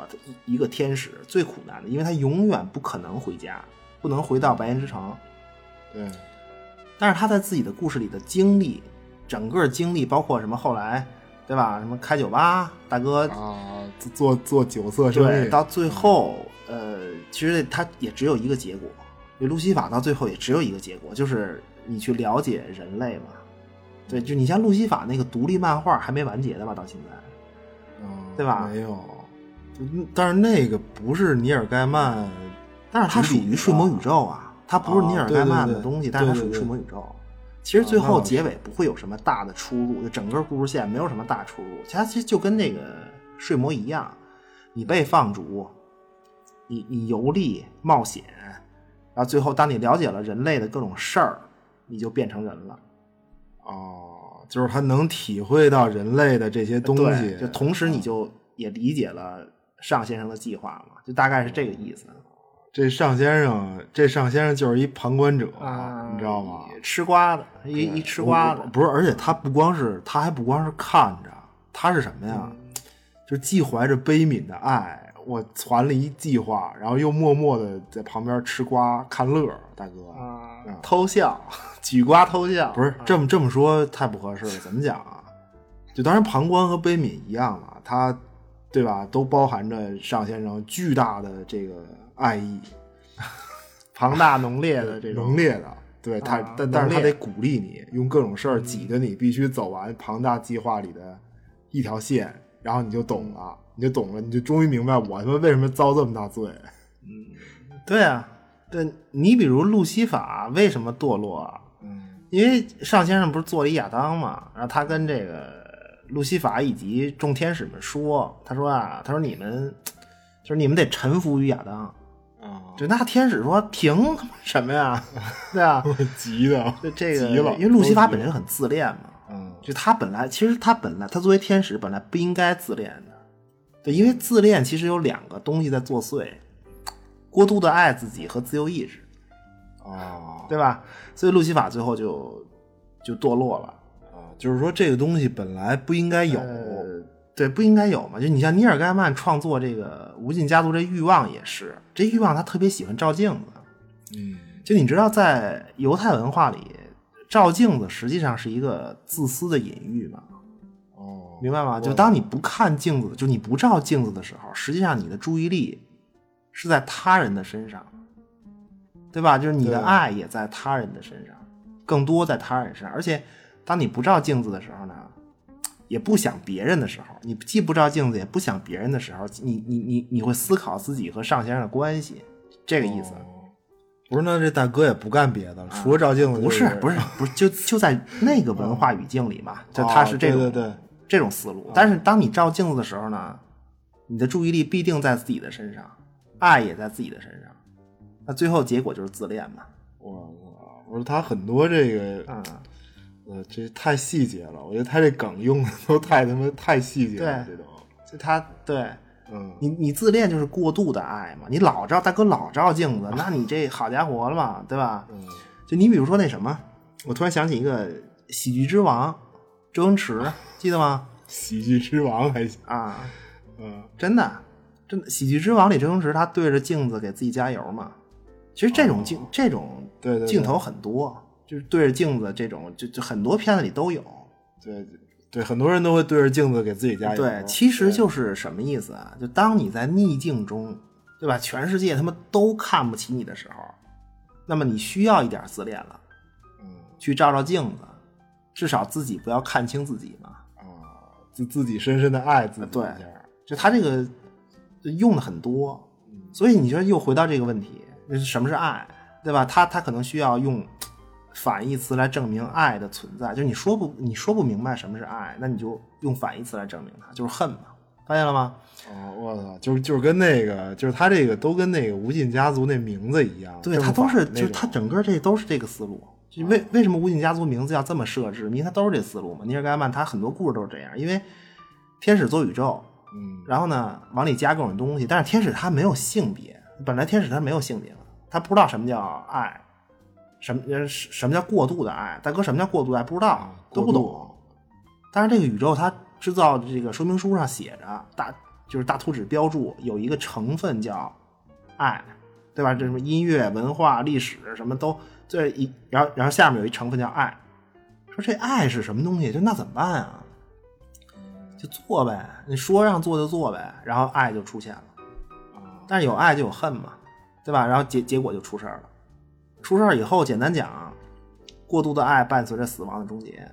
一个天使最苦难的，因为他永远不可能回家，不能回到白银之城。
对
但是他在自己的故事里的经历，整个经历包括什么后来，对吧？什么开酒吧，大哥，
啊，做做酒色生
对，
意，
到最后，呃，其实他也只有一个结果，这路西法到最后也只有一个结果，就是你去了解人类嘛。对，就你像路西法那个独立漫画还没完结的吧，到现在，
嗯
对吧
没有，就但是那个不是尼尔盖曼，
但是它属
独立
于
的
睡魔宇宙啊，它不是尼尔盖曼的东西，
啊对对对
但是它属于
对对对
睡魔宇宙。其实最
啊那
后
倒是
结尾不会有什么大的出入，就整个故事线没有什么大出入。它其实就跟那个睡魔一样，你被放逐，你你游历冒险，然后最后当你了解了人类的各种事儿，你就变成人了。
哦，就是他能体会到人类的这些东西，啊
对就同时你就也理解了尚先生的计划嘛，就大概是这个意思。
这尚先生，这尚先生就是一旁观者，你知道吗？
吃瓜的，啊一一吃瓜的，
啊不是，而且他不光是，他还不光是看着，他是什么呀？
嗯
就既怀着悲悯的爱，我攒了一计划，然后又默默的在旁边吃瓜看乐儿，大哥。嗯
啊，偷笑，举瓜偷笑，
不是这么这么说太不合适了，怎么讲啊？就当然旁观和悲悯一样嘛，它对吧，都包含着尚先生巨大的这个爱意，
庞大浓烈的这种
浓烈的。对他，
啊浓
但但是他
烈嗯
得鼓励你，用各种事儿挤着你，必须走完庞大计划里的一条线，然后你就
嗯
懂了，你就懂了，你就终于明白我他妈为什么遭这么大罪。 [laughs]
对啊，对你比如路西法为什么堕落啊？
嗯
因为上先生不是做了一亚当嘛，然后他跟这个路西法以及众天使们说，他说啊，他说你们就是你们得臣服于亚当。
啊，
就那天使说停他妈什么呀， [laughs] 对啊，
急的，
就这个，
急了，
因为路西法
都急
本
了
身很自恋嘛，
嗯
就他本来其实他本来他作为天使本来不应该自恋的，对，因为自恋其实有两个东西在作祟，过度的爱自己和自由意志。
啊
对吧？所以路西法最后就就堕落了。
啊，就是说这个东西本来不应该有，
呃，对，不应该有嘛。就你像尼尔盖曼创作这个《无尽家族》，这欲望也是，这欲望他特别喜欢照镜子。
嗯
就你知道，在犹太文化里，照镜子实际上是一个自私的隐喻嘛，
哦，
明白吗？就当你不看镜子，就你不照镜子的时候，实际上你的注意力是在他人的身上，对吧？就是你的
对
爱也在他人的身上，更多在他人身上。而且，当你不照镜子的时候呢，也不想别人的时候，你既不照镜子，也不想别人的时候，你你你你会思考自己和上先生的关系，这个意思。
哦不是，那这大哥也不干别的了，除了照镜子、
不是不
啊是，
是
[laughs]
不是，就就在那个文化语境里嘛，就
哦
他是这种、
对对哦对
这种思路。但是当你照镜子的时候呢，你的注意力必定在自己的身上，爱也在自己的身上，那最后结果就是自恋嘛。
我操，不是他很多这个，
嗯，
呃，这太细节了，我觉得他这梗用的都太他妈太细节了，
对
这都，
就他对
嗯，
你你自恋就是过度的爱嘛，你老照大哥老照镜子，那你这好家伙了嘛，对吧？
嗯
就你比如说那什么，我突然想起一个《喜剧之王》，周星驰记得吗？
喜剧之王还行，
啊，
嗯，
真的，真的，《喜剧之王》里周星驰他对着镜子给自己加油嘛。其实这种镜、这种
哦对对对
镜头很多，就是对着镜子这种，就就很多片子里都有。
对对，很多人都会对着镜子给自己加油，
对，其实就是什么意思啊？就当你在逆境中，对吧？全世界他妈都看不起你的时候，那么你需要一点自恋了，
嗯
去照照镜子，至少自己不要看清自己嘛。
啊，自自己深深的爱自己
对
一下，
就他这个用的很多，所以你就又回到这个问题，就是什么是爱，对吧？他他可能需要用反义词来证明爱的存在，就是你说不你说不明白什么是爱，那你就用反义词来证明它，就是恨嘛，发现了吗？
哦，我操，就是就是跟那个，就是他这个都跟那个无尽家族那名字一样，
对，
正
他都
反
是
的那
就是他
种
整个这都是这个思路。就为为什么无尽家族名字要这么设置？因为他都是这思路嘛。尼尔盖曼他很多故事都是这样，因为天使做宇宙，
嗯
然后呢，往里加各种东西。但是天使他没有性别，本来天使他没有性别嘛，他不知道什么叫爱，什么呃什什么叫过度的爱。大哥，什么叫过度的爱？不知道，都不懂。但是这个宇宙它制造的这个说明书上写着大就是大图纸标注有一个成分叫爱，对吧？这什么音乐、文化、历史什么都这一，然后然后下面有一成分叫爱，说这爱是什么东西？就那怎么办啊？就做呗，你说让做就做呗，然后爱就出现了。
啊
但是有爱就有恨嘛，对吧？然后结结果就出事儿了。出事儿以后，简单讲，过度的爱伴随着死亡的终结。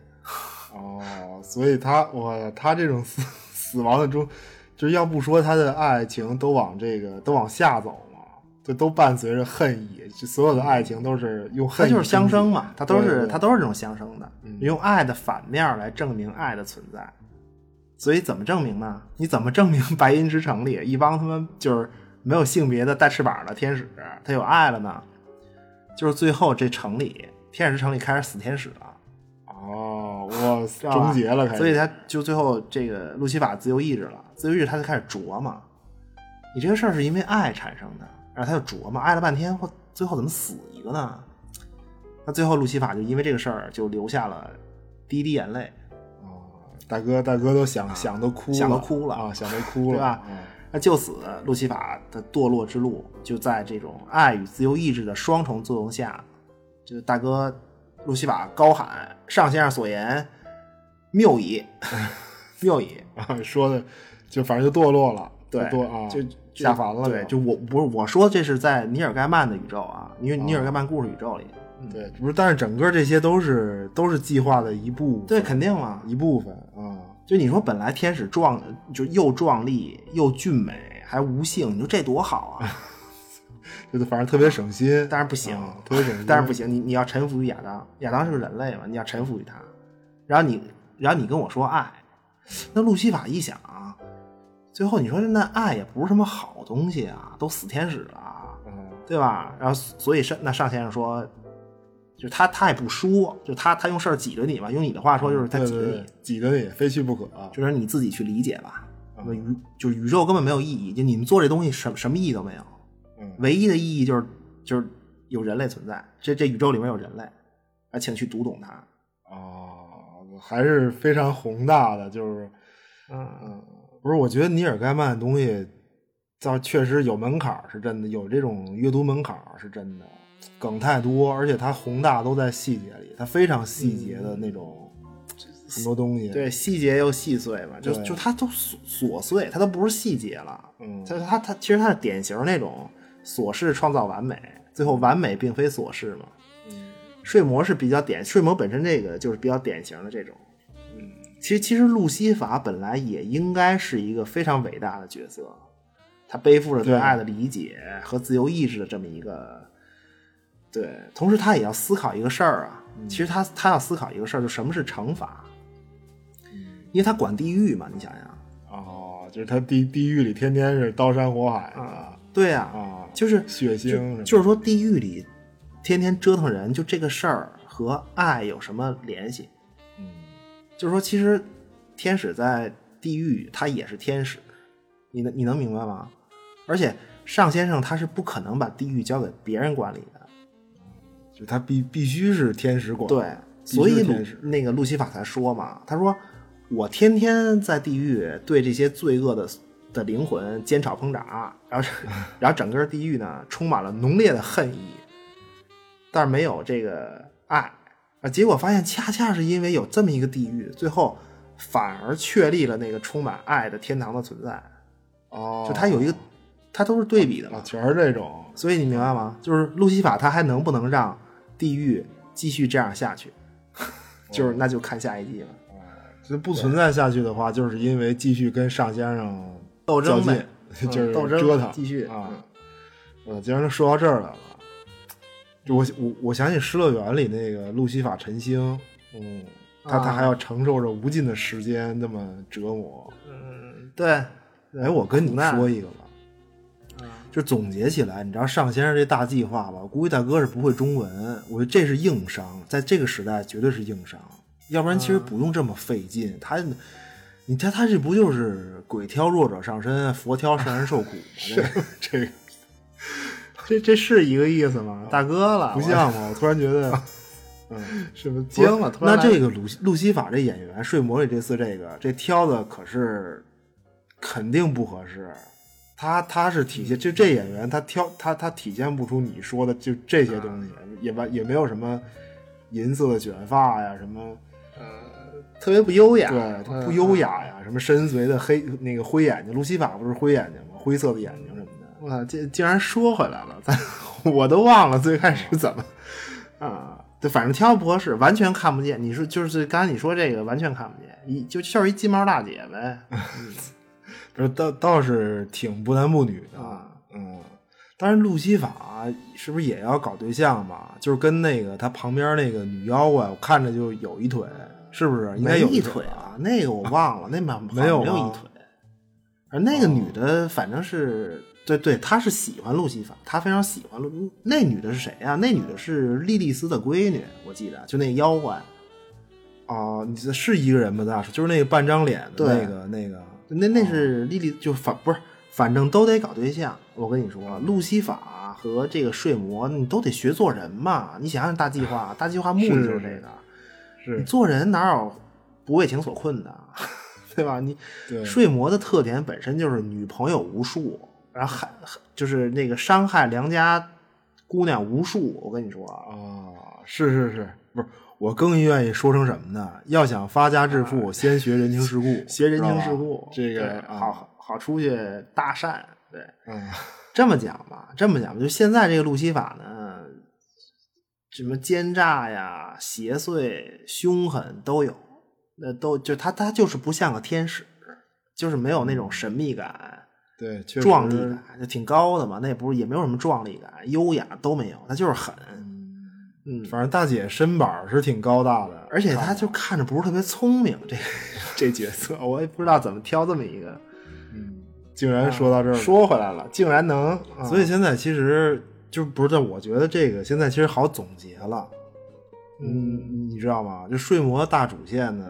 哦，所以他我他这种死死亡的中，就是要不说他的爱情都往这个都往下走嘛，就都伴随着恨意，就所有的爱情都是用
它
恨意
就是相生
终结
嘛，它都
对
是
对
它都是这种相生的，
嗯
用爱的反面来证明爱的存在。所以怎么证明呢？你怎么证明《白银之城》里一帮他们就是没有性别的带翅膀的天使，他有爱了呢？就是最后这城里，天使城里开始死天使了。
哦，我
知道吧
终结了，开始
所以他就最后这个路西法自由意志了，自由意志他就开始琢磨，你这个事儿是因为爱产生的，然后他就琢磨，爱了半天，或最后怎么死一个呢？那最后路西法就因为这个事儿就流下了第一滴眼泪，
哦大哥大哥都想、想都
啊
哭了，
想都哭了
啊，想都哭了，
对吧
嗯？
那就此，路西法的堕落之路就在这种爱与自由意志的双重作用下，这个大哥路西法高喊上先生所言，谬矣， [laughs] 谬矣。
啊，说的就反正就堕落了，
对，
就堕啊，
就
下凡了，
对，就我不是我说这是在尼尔盖曼的宇宙啊，因为尼
哦
尔盖曼故事宇宙里，
对，不是，但是整个这些都是都是计划的一部分，
对，肯定嘛，
一部分啊、
就你说本来天使壮，就又壮丽又俊美，还无性，你说这多好啊！
就是反正特别省心，
当然不行
啊特别省心，
但是不行，你你要臣服于亚当，亚当是个人类嘛，你要臣服于他。然后你，然后你跟我说爱，那路西法一想啊，最后你说那爱也不是什么好东西啊，都死天使了啊，
嗯
对吧？然后所以上那上先生说，就是他他也不说，就他他用事儿挤着你嘛，用你的话说就是他
对
挤着
嗯对
你，
对，挤得你非去不可，啊
就是你自己去理解吧。那
嗯
么宇就是宇宙根本没有意义，就你们做这东西什么什么意义都没有，
嗯
唯一的意义就是就是有人类存在，这这宇宙里面有人类，啊，请去读懂它。
啊，还是非常宏大的，就是
嗯，
不是？我觉得尼尔盖曼的东西，倒确实有门槛儿，是真的，有这种阅读门槛儿是真的，梗太多，而且它宏大都在细节里，它非常细节的那种很多东西，，
嗯对，细节又细碎嘛，就
对
就它都琐琐碎，它都不是细节了。
嗯，
它它它其实它是典型那种琐事创造完美，最后完美并非琐事嘛。
嗯
睡魔是比较典，睡魔本身这个就是比较典型的这种。嗯，其实其实路西法本来也应该是一个非常伟大的角色，他背负着对
对
爱的理解和自由意志的这么一个，对，同时他也要思考一个事儿啊。
嗯
其实他他要思考一个事儿，就什么是惩罚，
嗯
因为他管地狱嘛，你想想，
哦，就是他地地狱里天天是刀山火海的啊
对呀、嗯就是
血腥什么
就
的，
就是说地狱里天天折腾人，就这个事儿和爱有什么联系？
嗯
就是说，其实天使在地狱，他也是天使，你能你能明白吗？而且尚先生他是不可能把地狱交给别人管理的，
就他必必须是天使管，
对，
必须
所以
是
鲁
天使
那个路西法才说嘛，他说我天天在地狱对这些罪恶的的灵魂煎炒烹炸，
[laughs]
然后然后整个地狱呢充满了浓烈的恨意，但是没有这个爱啊，结果发现恰恰是因为有这么一个地狱，最后反而确立了那个充满爱的天堂的存在，
哦，
就它有一个，它都是对比的嘛
啊，，全是这种，
所以你明白吗？就是路西法他还能不能让地狱继续这样下 [laughs] 去？就是那就看下一季了。
就不存在下去的话，就是因为继续跟尚先生
斗
较
争
劲 [laughs]
呗，嗯
就是
斗争
折腾，
继续
啊
嗯。
我既然都说到这儿来了，就我我我想起《失乐园》里那个路西法晨星，嗯，他他
啊
还要承受着无尽的时间那么折磨。
嗯，对，
哎，我跟你
苦难
说一个吧，就总结起来，你知道尚先生这大计划吧？我估计大哥是不会中文，我觉得这是硬伤，在这个时代绝对是硬伤，要不然其实不用这么费劲。他，你他他这不就是鬼挑弱者上身，佛挑圣人受苦吗？这个这个
这这是一个意思吗？大哥了，
不像吗？我突然觉得，
我是不是
不是
惊了？突然
那
来
这个鲁路西法这演员，睡魔里这次这个这挑的可是肯定不合适。他他是体现就这演员，他挑他他体现不出你说的就这些东西，
嗯
也吧也没有什么银色的卷发呀，什么
特别不优雅，
对他
嗯
不优。雅呀，什么深邃的黑那个灰眼睛，路西法不是灰眼睛吗？灰色的眼睛什么的。
哇，这竟然说回来了，咱我都忘了最开始怎么啊？对，反正挑不合适，完全看不见。你说就是刚才你说这个，完全看不见，一就就是一金毛大姐呗。
不是倒倒是挺不男不女的
啊，
嗯，但是路西法是不是也要搞对象吧？就是跟那个他旁边那个女妖怪，我看着就有一腿，是不是？应该有
一
腿
腿啊，那个我忘了，那满
[laughs] 没有
没有
吗哦
一腿。而那个女的，反正是对对，她是喜欢路西法，她非常喜欢路。嗯那女的是谁啊？那女的是莉莉丝的闺女，我记得，就那妖怪。
啊？你这是一个人吗？大叔，就是那个半张脸的
对
那个那个
那那是莉莉，就反不是，反正都得搞对象。我跟你说，路西法和这个睡魔，你都得学做人嘛。你想想大计划，大计划目的就是
是
这个。你
是
做人哪有不为情所困的， [laughs] 对吧？你
对
睡魔的特点本身就是女朋友无数，然后还就是那个伤害良家姑娘无数。我跟你说啊，
啊，是是是，不是。我更愿意说成什么呢？要想发家致富，先学人情世故，
哎 [laughs] 学人
知道
情
吧
世故，
这
对
个，啊
好好出去搭讪。对，
嗯，
这么讲吧，这么讲吧，就现在这个路西法呢，什么奸诈呀、邪祟、凶狠都有，那都就他他就是不像个天使，就是没有那种神秘感、
对，确实
壮丽感，嗯就挺高的嘛。那也不是也没有什么壮丽感、优雅都没有，他就是狠。嗯，
反正大姐身板是挺高大的，
而且他就看着不是特别聪明，这 [laughs] 这角色我也不知道怎么挑这么一个。
竟然说到这儿了。
啊说回来了，竟然能，啊
嗯所以现在其实就不是，我觉得这个现在其实好总结了。嗯，你知道吗？就睡魔大主线呢，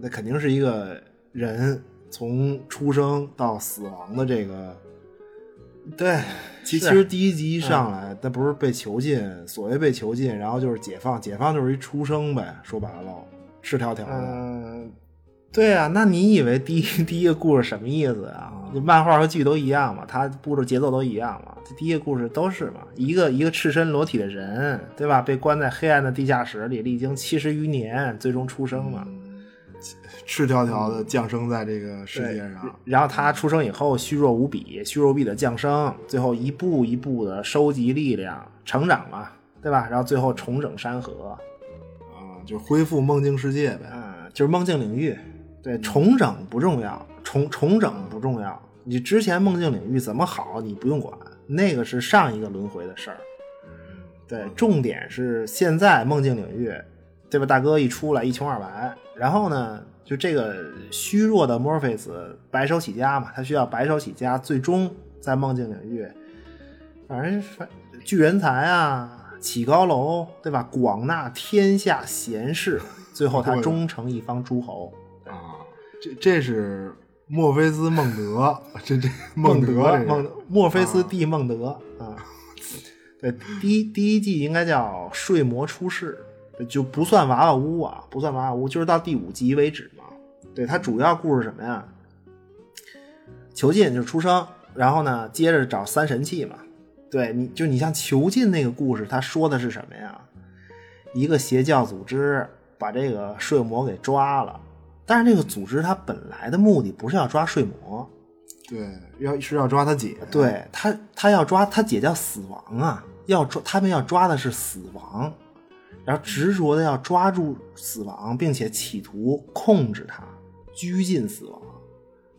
那肯定是一个人从出生到死亡的这个。
对，
其其
是
实第一集
嗯
一上来，那、不是被囚禁，所谓被囚禁，然后就是解放，解放就是一出生呗，说白了，赤条条的。
嗯，对啊，那你以为第一 [laughs] 第一个故事什么意思啊？就漫画和剧都一样嘛，它步骤节奏都一样嘛。这第一个故事都是嘛，一个一个赤身裸体的人，对吧？被关在黑暗的地下室里，历经七十余年，最终出生嘛。
赤条条的降生在这个世界上，
然后他出生以后虚弱无比，虚弱无比的降生，最后一步一步的收集力量，成长嘛，对吧？然后最后重整山河，
啊，就恢复梦境世界呗。
嗯，就是梦境领域，对，重整不重要，重重整不重要。你之前梦境领域怎么好，你不用管，那个是上一个轮回的事儿。嗯对，重点是现在梦境领域，对吧？大哥一出来一穷二白，然后呢，就这个虚弱的 Morpheus 白手起家嘛，他需要白手起家，最终在梦境领域，反正反聚人才啊，起高楼，对吧？广纳天下贤士，最后他终成一方诸侯。
啊，这这是墨菲兹孟德，这这
孟
德
德，孟
德
德墨菲斯蒂孟德啊。对，第一第一季应该叫《睡魔出世》，就不算娃娃屋啊，不算娃娃屋，就是到第五集为止嘛。对，它主要故事什么呀？囚禁就是出生，然后呢，接着找三神器嘛。对，你就你像囚禁那个故事，他说的是什么呀？一个邪教组织把这个睡魔给抓了，但是这个组织它本来的目的不是要抓睡魔，
对，要是要抓他姐，
对他，他要抓他姐叫死亡啊，要抓他们要抓的是死亡，然后执着的要抓住死亡，并且企图控制他，拘禁死亡。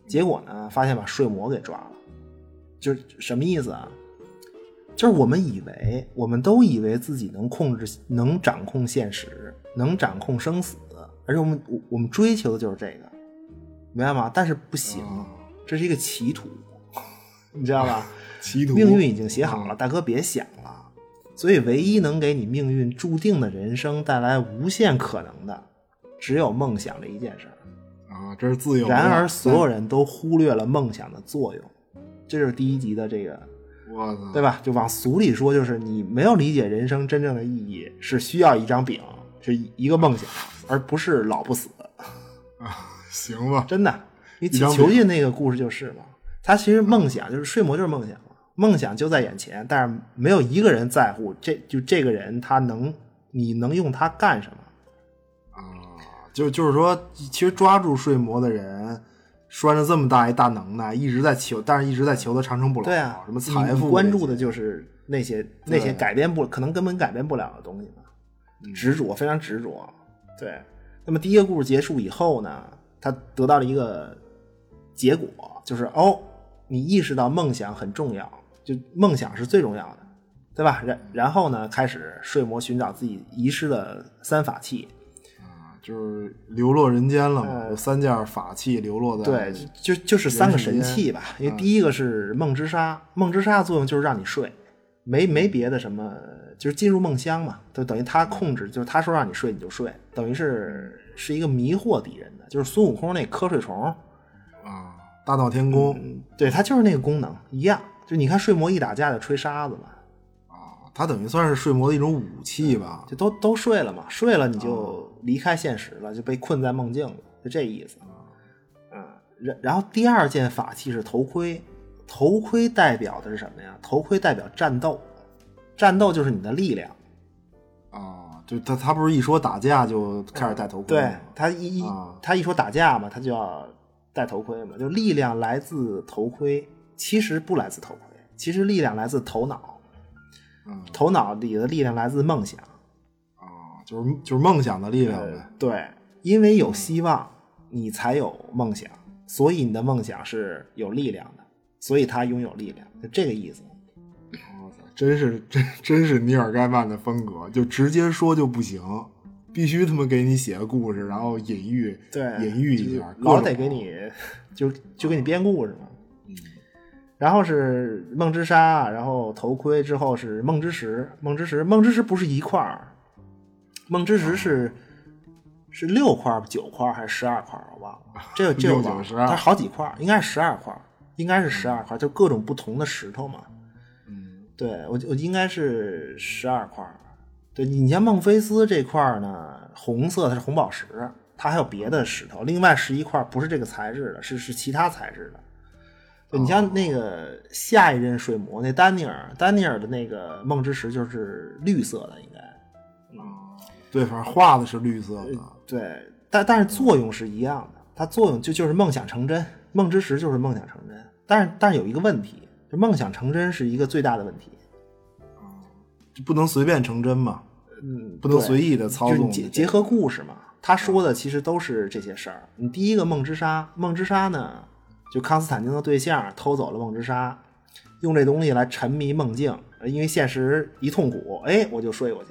结果呢，发现把睡魔给抓了，就是什么意思啊？就是我们以为，我们都以为自己能控制、能掌控现实，能掌控生死，而且我们我我们追求的就是这个，明白吗？但是不行，
哦啊
这是一个歧途，你知道吧？
[laughs] 歧途
命运已经写好了，大哥别想了。所以，唯一能给你命运注定的人生带来无限可能的，只有梦想这一件事儿。
啊，这是自由的。
然而，所有人都忽略了梦想的作用，这就是第一集的这个，
我操，
对吧？就往俗里说，就是你没有理解人生真正的意义，是需要一张饼，是一个梦想，而不是老不死。
行吧，
真的，你
张
囚
饼
囚禁那个故事就是嘛，他其实梦想就是睡魔就是梦想嘛，梦想就在眼前，但是没有一个人在乎这就这个人他能你能用他干什么？
就就是说，其实抓住睡魔的人。拴着这么大一大能耐，一直在求，但是一直在求他长生不老。
对啊，
什么财
你
富
你
这
关注
些
的就是那些那些改变不可能根本改变不了的东西嘛，
嗯
执着非常执着。对，那么第一个故事结束以后呢，他得到了一个结果，就是哦，你意识到梦想很重要，就梦想是最重要的，对吧？然然后呢，开始睡魔寻找自己遗失的三法器，
就是流落人间了嘛，有三件法器流落在
对，就就就是三个神器吧，因为第一个是梦之沙，梦之沙的作用就是让你睡，没没别的什么，就是进入梦乡嘛，就等于他控制，就是他说让你睡你就睡，等于是是一个迷惑敌人的，就是孙悟空那瞌睡虫，
啊，大闹天宫、
嗯对，它就是那个功能一样，就你看睡魔一打架就吹沙子嘛，
啊，它等于算是睡魔的一种武器吧。
就都都睡了嘛，睡了你
哦
就离开现实了，就被困在梦境了，就这意思。嗯，然然后第二件法器是头盔，头盔代表的是什么呀？头盔代表战斗，战斗就是你的力量。
啊，就他他不是一说打架就开始戴头盔
对
吗、
嗯他一一、
啊
他一说打架嘛，他就要戴头盔嘛，就力量来自头盔，其实不来自头盔，其实力量来自头脑，
嗯
头脑里的力量来自梦想。
啊，就是就是梦想的力量呗。
呃对，因为有希望，你才有梦想，所以你的梦想是有力量的，所以它拥有力量，就这个意思。
真是 [laughs] 真真是尼尔盖曼的风格，就直接说就不行，必须他妈给你写个故事，然后隐喻，
对，
隐喻一下，各
老
种
得给你，就就给你编故事嘛。
嗯
然后是梦之沙，然后头盔之后是梦之石，梦之石，梦之石不是一块儿，梦之石
啊
是是六块儿、九块儿还是十二块儿，我忘了。
[laughs]
这这我忘了
六九十二
它好几块儿，应该是十二块儿，应该是十二块儿，就各种不同的石头嘛。
嗯
对我我应该是十二块儿。对你像孟菲斯这块儿呢，红色它是红宝石，它还有别的石头，另外十一块儿不是这个材质的，是是其他材质的。对你像那个下一任睡魔那丹尼尔，丹尼尔的那个梦之石就是绿色的，应该
对，反正画的是绿色的，
呃对，但但是作用是一样的，它作用就就是梦想成真，梦之石就是梦想成真。但是但是有一个问题，就梦想成真是一个最大的问题，
就不能随便成真嘛，
嗯，
不能
对
随意的嗯操
就是
纵
你结结合故事嘛。他说的其实都是这些事儿。你第一个梦之沙，梦之沙呢，就康斯坦丁的对象偷走了梦之沙，用这东西来沉迷梦境，因为现实一痛苦，哎，我就睡过去。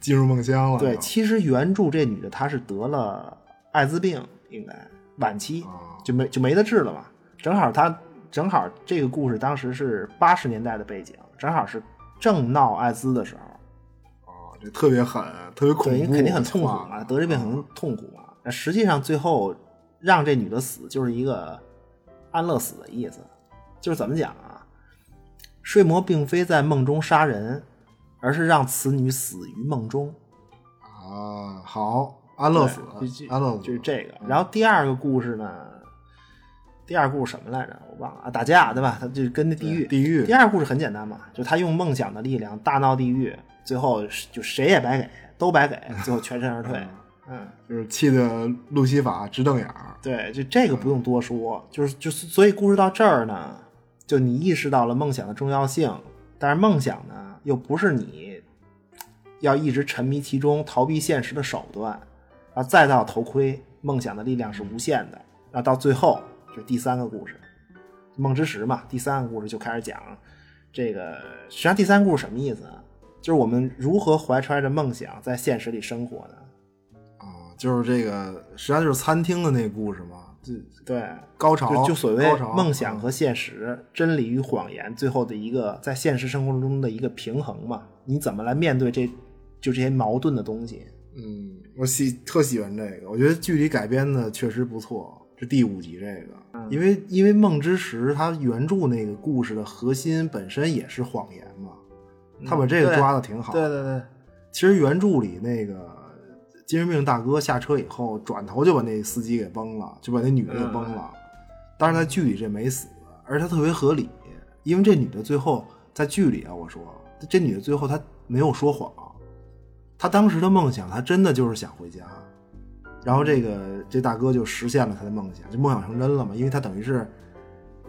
进入梦乡了，
对，
就
其实原著这女的她是得了艾滋病，应该晚
啊
期
哦
就没就没得治了嘛。正好她正好这个故事当时是八十年代的背景，正好是正闹艾滋的时候。
哦这特别狠，特
对，
别恐
因
怖，
为肯定很痛啊苦嗯
画
嘛，
的
得这病很痛苦嘛。那实际上最后让这女的死，就是一个安乐死的意思。就是怎么讲啊？睡魔并非在梦中杀人，而是让此女死于梦中。
啊，好，安乐死
对就，
安乐死，
啊就是这个。然后第二个故事呢，第二故事什么来着？我忘了啊，打架对吧？他就是跟那地狱。
地狱
第二故事很简单嘛，就他用梦想的力量大闹地狱，最后是就谁也白给，都白给，最后全身而退。嗯，
就是气得路西法直瞪眼儿，
对，就这个不用多说，就是就是，所以故事到这儿呢，就你意识到了梦想的重要性，但是梦想呢，又不是你要一直沉迷其中、逃避现实的手段，然后再到头盔，梦想的力量是无限的，然后到最后就是第三个故事，梦之石嘛，第三个故事就开始讲这个，实际上第三故事什么意思啊？就是我们如何怀揣着梦想在现实里生活的。
啊，就是这个，实际上就是餐厅的那个故事嘛，就
对，
高潮，
就就所谓
高潮
梦想
嗯
和现实、真理与谎言最后的一个在现实生活中的一个平衡嘛？你怎么来面对这就这些矛盾的东西？
嗯，我喜特喜欢这个，我觉得剧里改编的确实不错。这第五集这
嗯
个，因为因为《梦之石》它原著那个故事的核心本身也是谎言嘛，他把这
嗯
个
对
抓的挺好。
对对，
其实原著里那个精神病大哥下车以后，转头就把那司机给崩了，就把那女的给崩了。
嗯
但是在剧里这没死，而且她特别合理，因为这女的最后在剧里啊，我说这女的最后她没有说谎，她当时的梦想，她真的就是想回家。然后这个这大哥就实现了他的梦想，就梦想成真了嘛，因为他等于是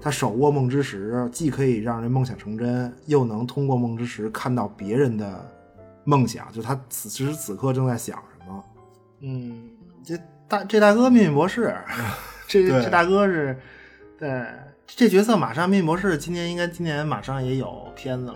他手握梦之石，既可以让人梦想成真，又能通过梦之石看到别人的梦想，就他此时此刻正在想什么。
嗯，这大这大哥命运博
[laughs]
士，这
对
这大哥是，对这角色马上命运博士今年应该今年马上也有片子了。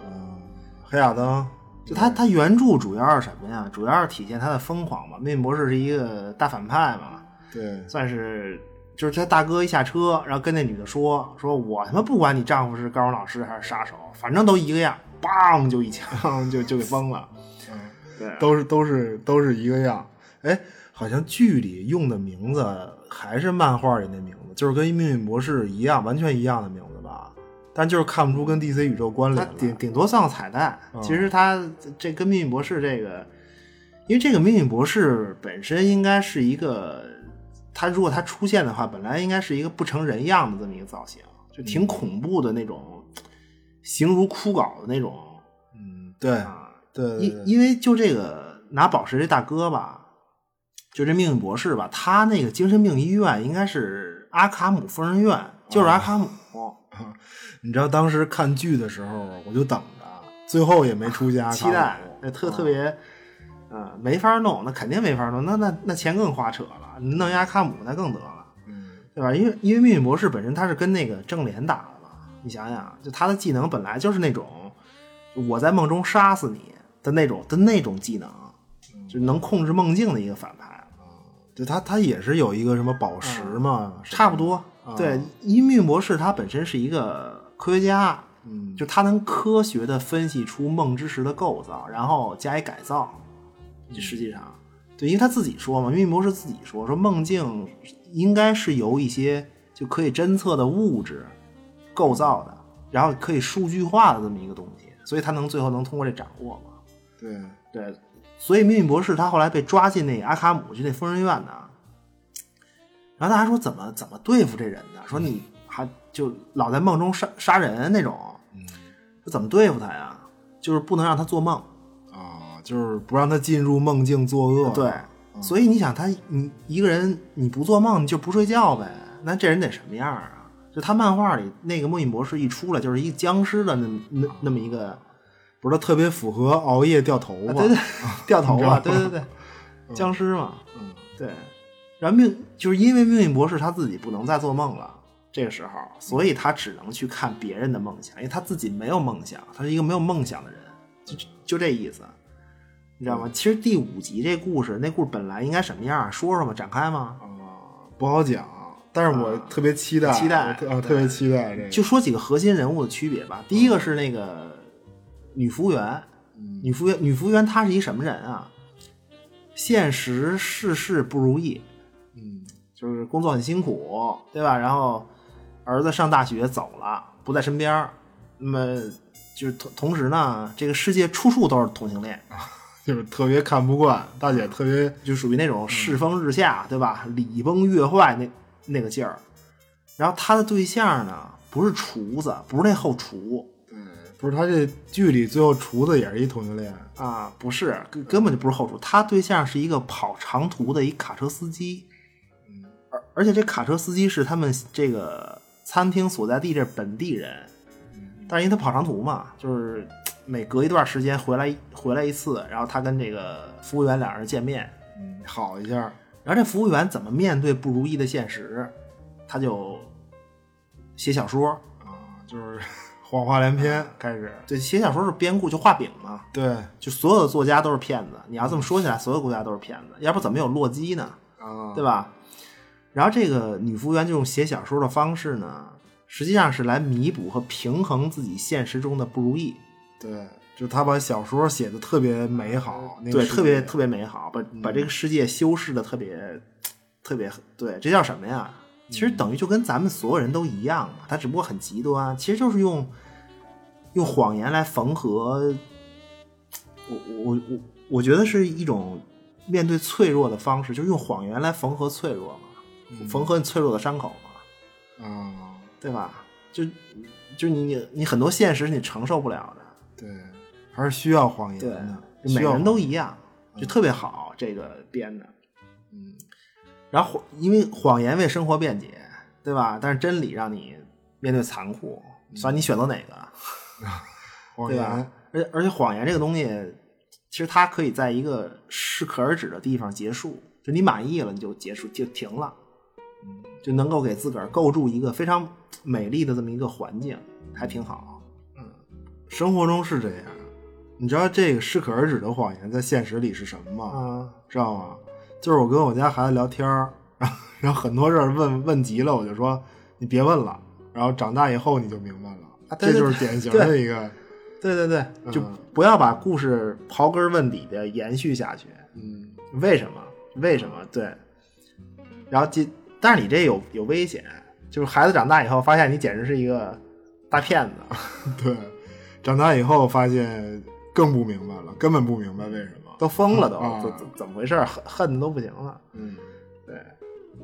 黑亚当，
就他他原著主要是什么呀？主要是体现他的疯狂嘛。命运博士是一个大反派嘛，
对
算是就是他大哥一下车，然后跟那女的说说我他妈不管你丈夫是高中老师还是杀手，反正都一个样，梆就一枪 [laughs] 就就给崩了。
都是都是都是一个样。哎，好像剧里用的名字还是漫画里那名字，就是跟《命运博士》一样，完全一样的名字吧？但就是看不出跟 DC 宇宙关
他
联了。嗯
顶顶多算个彩蛋。其实他这跟命运博士这个，因为这个命运博士本身应该是一个，他如果他出现的话，本来应该是一个不成人样的这么一个造型，就
嗯
挺恐怖的那种，形如枯槁的那种
嗯，对
啊。
对对
因
对，
因为就这个拿宝石这大哥吧，就这命运博士吧，他那个精神病医院应该是阿卡姆疯人院，就是阿卡姆。
哦你知道当时看
啊
啊剧的时候，我就等着，最后也没出家。
期待，呃特特别嗯，没法弄，那肯定没法弄，那那那钱更花扯了，你弄压卡姆那更得了，
嗯，
对吧？因为因为命运博士本身他是跟那个正联打的嘛，你想想，就他的技能本来就是那种我在梦中杀死你的那种的那种技能，
嗯
就能控制梦境的一个反派，
就他他也是有一个什么宝石嘛，是吧
嗯
啊
差不，多。对，因为命运博士他本身是一个科学家，
嗯，
就他能科学的分析出梦之石的构造，然后加以改造。这实际上，对，因为他自己说嘛，命运博士自己说，说梦境应该是由一些就可以侦测的物质构造的，然后可以数据化的这么一个东西，所以他能最后能通过这掌握嘛。
对，
对，所以命运博士他后来被抓进那个阿卡姆去那疯人院呢，然后大家说怎么怎么对付这人呢？说你还就老在梦中杀杀人那种，说怎么对付他呀？就是不能让他做梦。
啊，就是不让他进入梦境作恶，
对，所以你想他你一个人你不做梦你就不睡觉呗，那这人得什么样啊？就他漫画里那个梦影博士一出来就是一僵尸的那么那那么一个
不是他特别符合熬夜掉头发，
啊对
[laughs]
对，掉头
你知道
发，
吗
对对对，僵尸嘛，
嗯，
对。然后命就是因为命运博士他自己不能再做梦了，这个时候，所以他只能去看别人的梦想，因为他自己没有梦想，他是一个没有梦想的人，就就这意思，你知道
嗯
吗？其实第五集这故事，那故事本来应该什么样啊？说说吧，展开吗？
嗯不好讲，但是我特别期待，
啊期待
我特啊，
对
特别期待这个，
就说几个核心人物的区别吧。第一个是那个女服务员，
嗯
女服务员，女服务员她是一什么人啊？现实世事不如意，
嗯
就是工作很辛苦，对吧？然后儿子上大学走了，不在身边儿，那么就是同同时呢，这个世界处处都是同性恋，
就是特别看不惯，大姐特别
就属于那种世风日下，对吧？礼崩乐坏那那个劲儿。然后他的对象呢，不是厨子，不是那后厨，
不是他这剧里最后厨子也是一同性恋，
啊，不是，根根本就不是后厨，他对象是一个跑长途的一卡车司机，嗯而而且这卡车司机是他们这个餐厅所在地这本地人，但是因为他跑长途嘛，就是每隔一段时间回来回来一次，然后他跟这个服务员俩人见面，
嗯，好一下，
然后这服务员怎么面对不如意的现实，他就写小说，
啊，就是 [laughs] 谎话连篇
啊
开始，
对，写小说是编故，就画饼嘛，
对
就所有的作家都是骗子。你要这么说起来，所有国家都是骗子，要不怎么有洛基呢？
啊，
对吧？然后这个女服务员就用写小说的方式呢，实际上是来弥补和平衡自己现实中的不如意，
对，就他把小说写的特别美好，那个
对，
世界嗯
特别特别美好，把把这个世界修饰的特别特别对，这叫什么呀？其
嗯
实等于就跟咱们所有人都一样嘛，他只不过很极端，其实就是用用谎言来缝合。我我我我我觉得是一种面对脆弱的方式，就是用谎言来缝合脆弱
嗯
嘛，缝合你脆弱的伤口嘛。
啊，
对吧？就就你你很多现实是你承受不了的，
对，还是需要谎言的，
就每
需要
个人都
谎言
一样，嗯就特别好这个编的，嗯。然后谎因为谎言为生活辩解，对吧？但是真理让你面对残酷，算你选择哪个，
谎
对啊
言
吧。？而且而且谎言这个东西，其实它可以在一个适可而止的地方结束，就你满意了你就结束就停了，嗯就能够给自个儿构筑一个非常美丽的这么一个环境，还挺好。
嗯生活中是这样，你知道这个适可而止的谎言在现实里是什么吗？
啊，
知道吗？就是我跟我家孩子聊天儿，然后然后很多事儿问问急了，我就说你别问了，然后长大以后你就明白了，
啊对对
这就是典型的一个，
对对对，就
嗯
不要把故事刨根问底的延续下去。
嗯，
为什么？为什么？对。然后这，但是你这有有危险，就是孩子长大以后发现你简直是一个大骗子。 [laughs]
对，长大以后发现更不明白了，根本不明白为什么，
都疯了都，
啊
怎怎怎么回事儿？恨恨的都不行了。
嗯，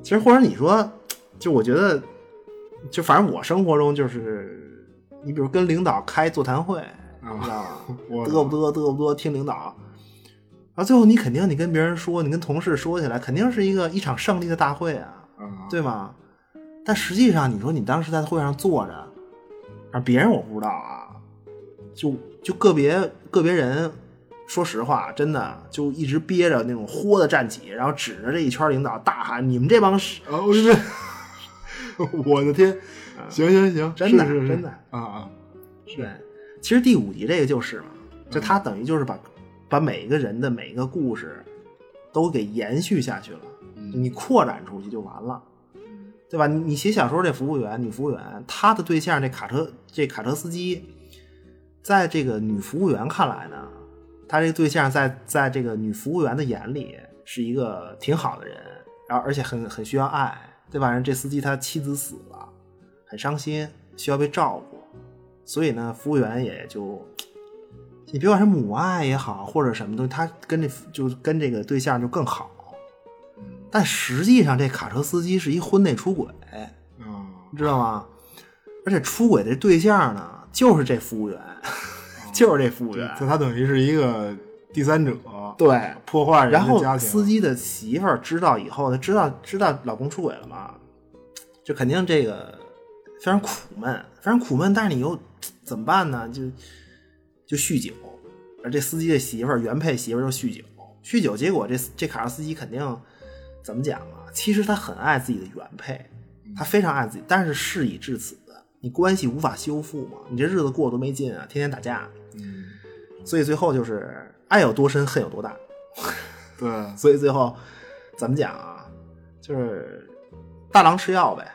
其实或者你说，就我觉得，就反正我生活中就是，你比如跟领导开座谈会，你知道吗？
啊我
嘚不嘚嘚不嘚听领导，然后最后你肯定你跟别人说，你跟同事说起来，肯定是一个一场胜利的大会啊，
啊，
对吗？但实际上你说你当时在会上坐着，而别人我不知道啊，就就个别个别人，说实话，真的就一直憋着那种豁的站起，然后指着这一圈领导大喊：“你们这帮是
啊，我这，我
[laughs]
的天，呃行行行，
嗯真的
是是是
真的
啊啊，
对，其实第五集这个就是嘛，就他等于就是把、把每一个人的每一个故事都给延续下去了，你扩展出去就完了，对吧？你你写小说这服务员，女服务员，她的对象这卡车这卡车司机，在这个女服务员看来呢，她这个对象在在这个女服务员的眼里是一个挺好的人，然后而且很很需要爱，对吧？然后这司机他妻子死了，很伤心，需要被照顾。所以呢，服务员也就，你别管是母爱也好，或者什么东西，他跟这就跟这个对象就更好。但实际上，这卡车司机是一婚内出轨，
啊，
你知道吗？而且出轨的对象呢，就是这服务员， [laughs] 就是这服务员。
他他等于是一个第三者，
对，
破坏人
然
的
后
家庭，
司机的媳妇儿知道以后，她知道知道老公出轨了嘛，就肯定这个非常苦闷，非常苦闷。但是你又怎么办呢？就就酗酒，而这司机的媳妇儿原配媳妇儿就酗酒，酗酒，结果这这卡车司机肯定怎么讲啊？其实他很爱自己的原配，
嗯
他非常爱自己，但是事已至此，你关系无法修复嘛，你这日子过得多没劲啊，天天打架，
嗯，
所以最后就是爱有多深，恨有多大。
对，
所以最后怎么讲啊？就是大郎吃药呗，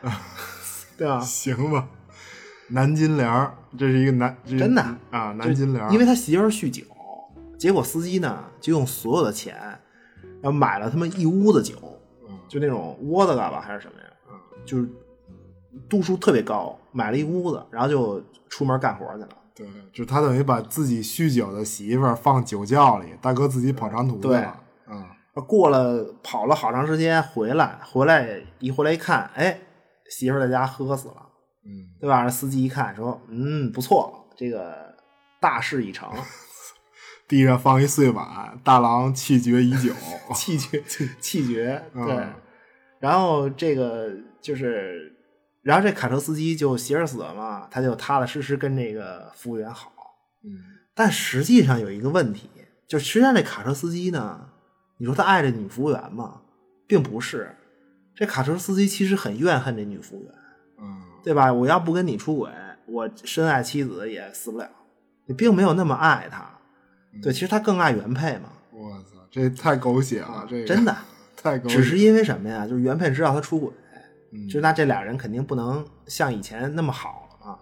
对
啊
吧？
行吧，南金莲儿，这是一个南，这是
真的
啊，南金莲儿，
因为他媳妇儿酗酒，结果司机呢就用所有的钱，然后买了他妈一屋子酒，就那种窝子嘎吧还是什么呀，就是度数特别高，买了一屋子，然后就出门干活去了。
对，就他等于把自己酗酒的媳妇儿放酒窖里，大哥自己跑长途去
对
了，啊，
过了跑了好长时间回来，回来一回来一看，哎，媳妇儿在家喝死了。
嗯，
对吧？司机一看说：“嗯，不错，这个大事已成，
地上放一碎碗，大郎气绝已久，
[laughs] 气绝，气绝。”对，
嗯
然后这个就是，然后这卡车司机就媳妇儿死了嘛，他就踏踏实实跟这个服务员好。
嗯，
但实际上有一个问题，就实际上这卡车司机呢，你说他爱这女服务员吗？并不是，这卡车司机其实很怨恨这女服务员。
嗯，
对吧？我要不跟你出轨，我深爱妻子也死不了。你并没有那么爱他，
嗯
对，其实他更爱原配嘛，
我操，这太狗血了，啊这个
真的，
太狗血，
只是因为什么呀？就是原配知道他出轨，
嗯
就那这俩人肯定不能像以前那么好了嘛，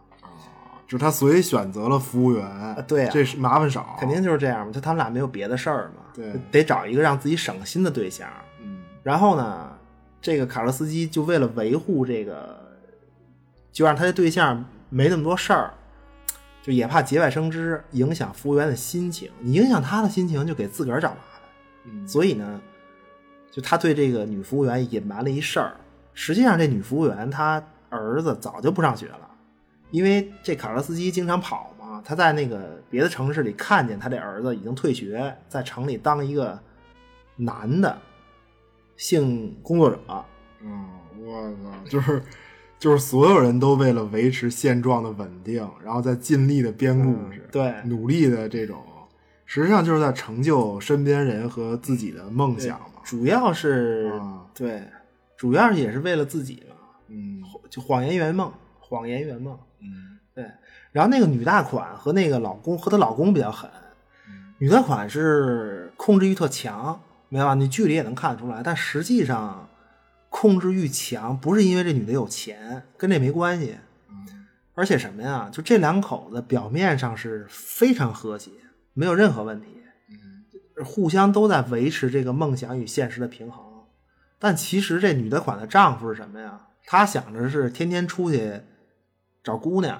就是他所以选择了服务员，
对啊
这是麻烦少，
肯定就是这样嘛，就他们俩没有别的事儿嘛，
对
就得找一个让自己省心的对象。
嗯，
然后呢，这个卡车司机就为了维护这个，就让他的对象没那么多事儿，就也怕节外生枝，影响服务员的心情。你影响他的心情，就给自个儿找麻烦。
嗯
所以呢，就他对这个女服务员隐瞒了一事儿。实际上，这女服务员她儿子早就不上学了，因为这卡车司机经常跑嘛，他在那个别的城市里看见他这儿子已经退学，在城里当一个男的性工作者。
嗯，我操，就是就是所有人都为了维持现状的稳定，然后在尽力的编故事，
嗯对
努力的这种，实际上就是在成就身边人和自己的梦想嘛。
主要是、
啊
对，主要是也是为了自己嘛，
嗯
就谎言圆梦，谎言圆梦。
嗯
对，然后那个女大款和那个老公和她老公比较狠，女大款是控制欲特强，明白吧？你剧里也能看得出来，但实际上控制欲强不是因为这女的有钱，跟这没关系。而且什么呀？就这两口子表面上是非常和谐，没有任何问题，嗯互相都在维持这个梦想与现实的平衡。但其实这女的款的丈夫是什么呀？他想着是天天出去找姑娘，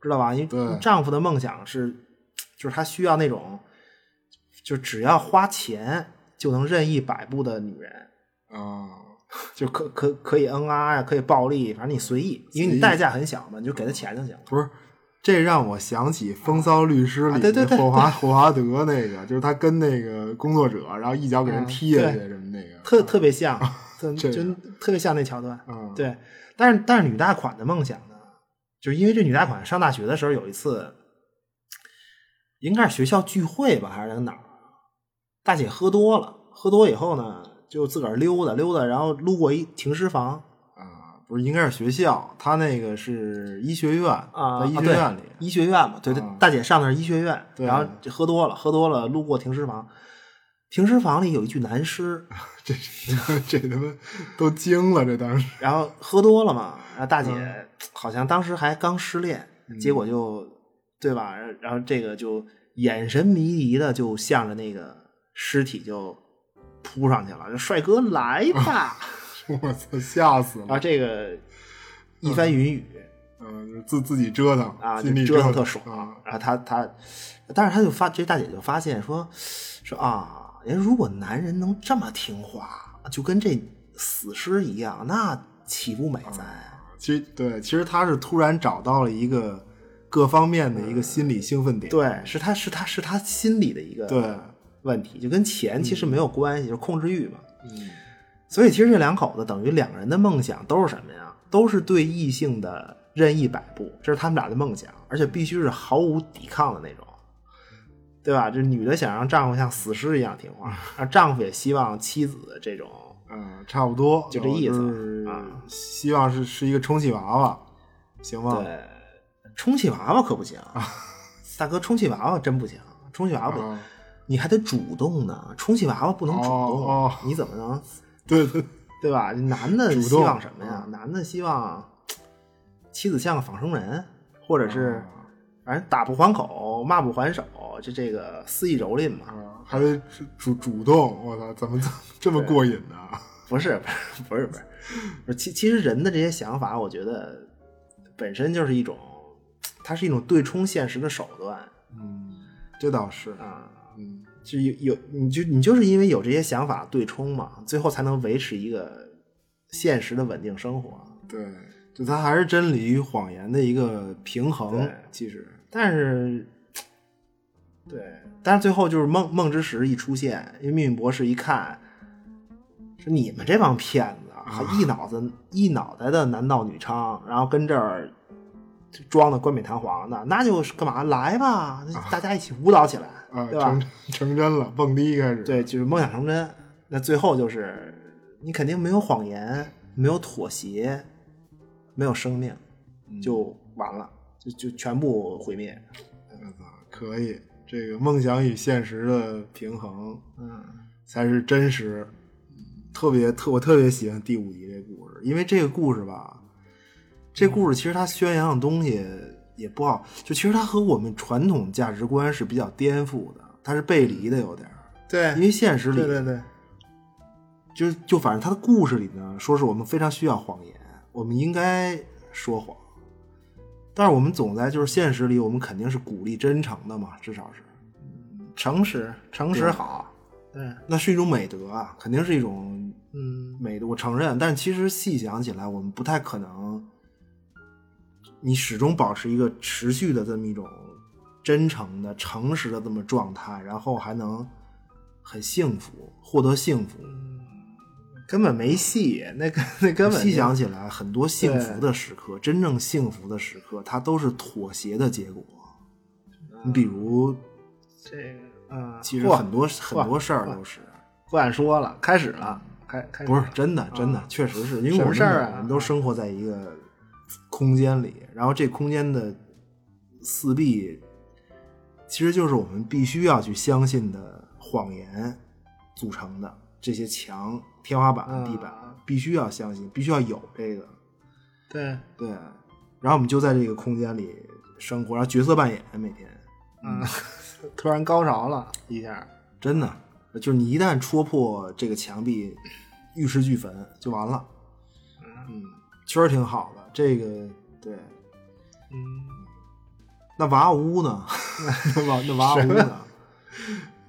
知道吧？因为
对
丈夫的梦想是，就是他需要那种，就只要花钱就能任意摆布的女人，
啊，
就可可可以恩啊呀，可以暴力，反正你随意，因为你代价很小嘛，你就给他钱就行了。
不是。这让我想起《风骚律师》
啊
里
对对对
霍华霍华德那个，就是他跟那个工作者，然后一脚给人踢下去什么那个，
嗯特特别像， [laughs] 特
这
就
个
特别像那桥段。
嗯
对，但是但是女大款的梦想呢，就是因为这女大款上大学的时候有一次，应该是学校聚会吧，还是哪儿啊？大姐喝多了，喝多以后呢，就自个儿溜达溜达，然后路过一停尸房
啊，不是应该是学校，他那个是医学院，
啊，
在医
啊
学
对
院里，
医学院嘛，对对，
啊
大姐上的是医学院，
对
然后就喝多了，喝多了，路过停尸房，停尸房里有一具男尸，
这他妈都惊了，这当时
然后喝多了嘛，然后大姐
嗯
好像当时还刚失恋，结果就对吧？然后这个就眼神迷离的就向着那个尸体就扑上去了，就帅哥来
啊
吧！
我操，吓死
[laughs] 然后
了，
这个一番云雨，
嗯、自自己折腾
啊，就
心里
折腾
腾
特爽。
啊，
然后他他，但是他就发，这大姐就发现说，说啊，人如果男人能这么听话，就跟这死尸一样，那岂不美哉？啊
其实对，其实他是突然找到了一个各方面的一个心理兴奋点，
对，是他是他是他心里的一个
对，
问题，就跟钱其实没有关系，就是控制欲嘛。嗯，所以其实这两口子等于两个人的梦想都是什么呀？都是对异性的任意摆布，这是他们俩的梦想，而且必须是毫无抵抗的那种，对吧？这女的想让丈夫像死尸一样听话，而丈夫也希望妻子这种，
嗯，差不多，
就这意思
就是
啊
希望是是一个充气娃娃，行吗？
对，充气娃娃可不行，大哥，充气娃娃真不行，充气娃娃不行。
啊
你还得主动呢，充气娃娃不能主动，
哦哦
你怎么能
对对，
对吧？男的
主
希
动嗯
望什么呀？男的希望妻子像个仿生人，或者是
哦
反正打不还口，骂不还手，就这个肆意蹂躏嘛。
啊，还得主主动，我操，怎么这么这么过瘾呢？
不是， [laughs] 不是，不是，不是。其其实人的这些想法，我觉得本身就是一种，它是一种对冲现实的手段
嗯，这倒是，
啊。
嗯，
就有有，你就你就是因为有这些想法对冲嘛，最后才能维持一个现实的稳定生活。
对，就它还是真理与谎言的一个平衡
对，
其实，
但是，对，但是最后就是梦梦之石一出现，因为命运博士一看，说你们这帮骗子啊，还一脑子一脑袋的男盗女娼，然后跟这儿装的冠冕堂皇的，那就是干嘛来吧，那大家一起舞蹈起来，
啊，
对吧
成？成真了，蹦迪开始，
对，就是梦想成真。那最后就是你肯定没有谎言，没有妥协，没有生命，
嗯
就完了，就就全部毁灭。
我操，哎可以，这个梦想与现实的平衡
嗯。
才是真实。特别特，我特别喜欢第五集这故事，因为这个故事吧，这故事其实它宣扬的东西也不好，就其实它和我们传统价值观是比较颠覆的，它是背离的有点儿，
对
因为现实里
哎对对对，
就就反正他的故事里呢，说是我们非常需要谎言，我们应该说谎，但是我们总在就是现实里，我们肯定是鼓励真诚的嘛，至少是
嗯诚实，诚实
对
好，对，
那是一种美德啊，肯定是一种
嗯，
美德，我承认。但其实细想起来，我们不太可能，你始终保持一个持续的这么一种真诚的、诚实的这么状态，然后还能很幸福，获得幸福。
嗯根本没戏，那个那根本
细
就
想起来，啊很多幸福的时刻，真正幸福的时刻，它都是妥协的结果。你比如，
这个，嗯，
其实
嚯
很多很多事儿都是，
不敢说了，开始了，开开始
不是
了
真的，真的，确实是因为
什么
我们
事儿啊
我们都生活在一个空间里，然后这空间的四壁，其实就是我们必须要去相信的谎言组成的这些墙、天花板、地板，
嗯
必须要相信，必须要有这个。
对，
对，然后我们就在这个空间里生活，然后角色扮演每天，
嗯，突然高潮了一下，
真的就是你一旦戳破这个墙壁，玉石俱焚就完了。嗯，确实挺好的，这个对。
嗯，
那娃屋呢？
[laughs]
那娃那娃屋呢？
啊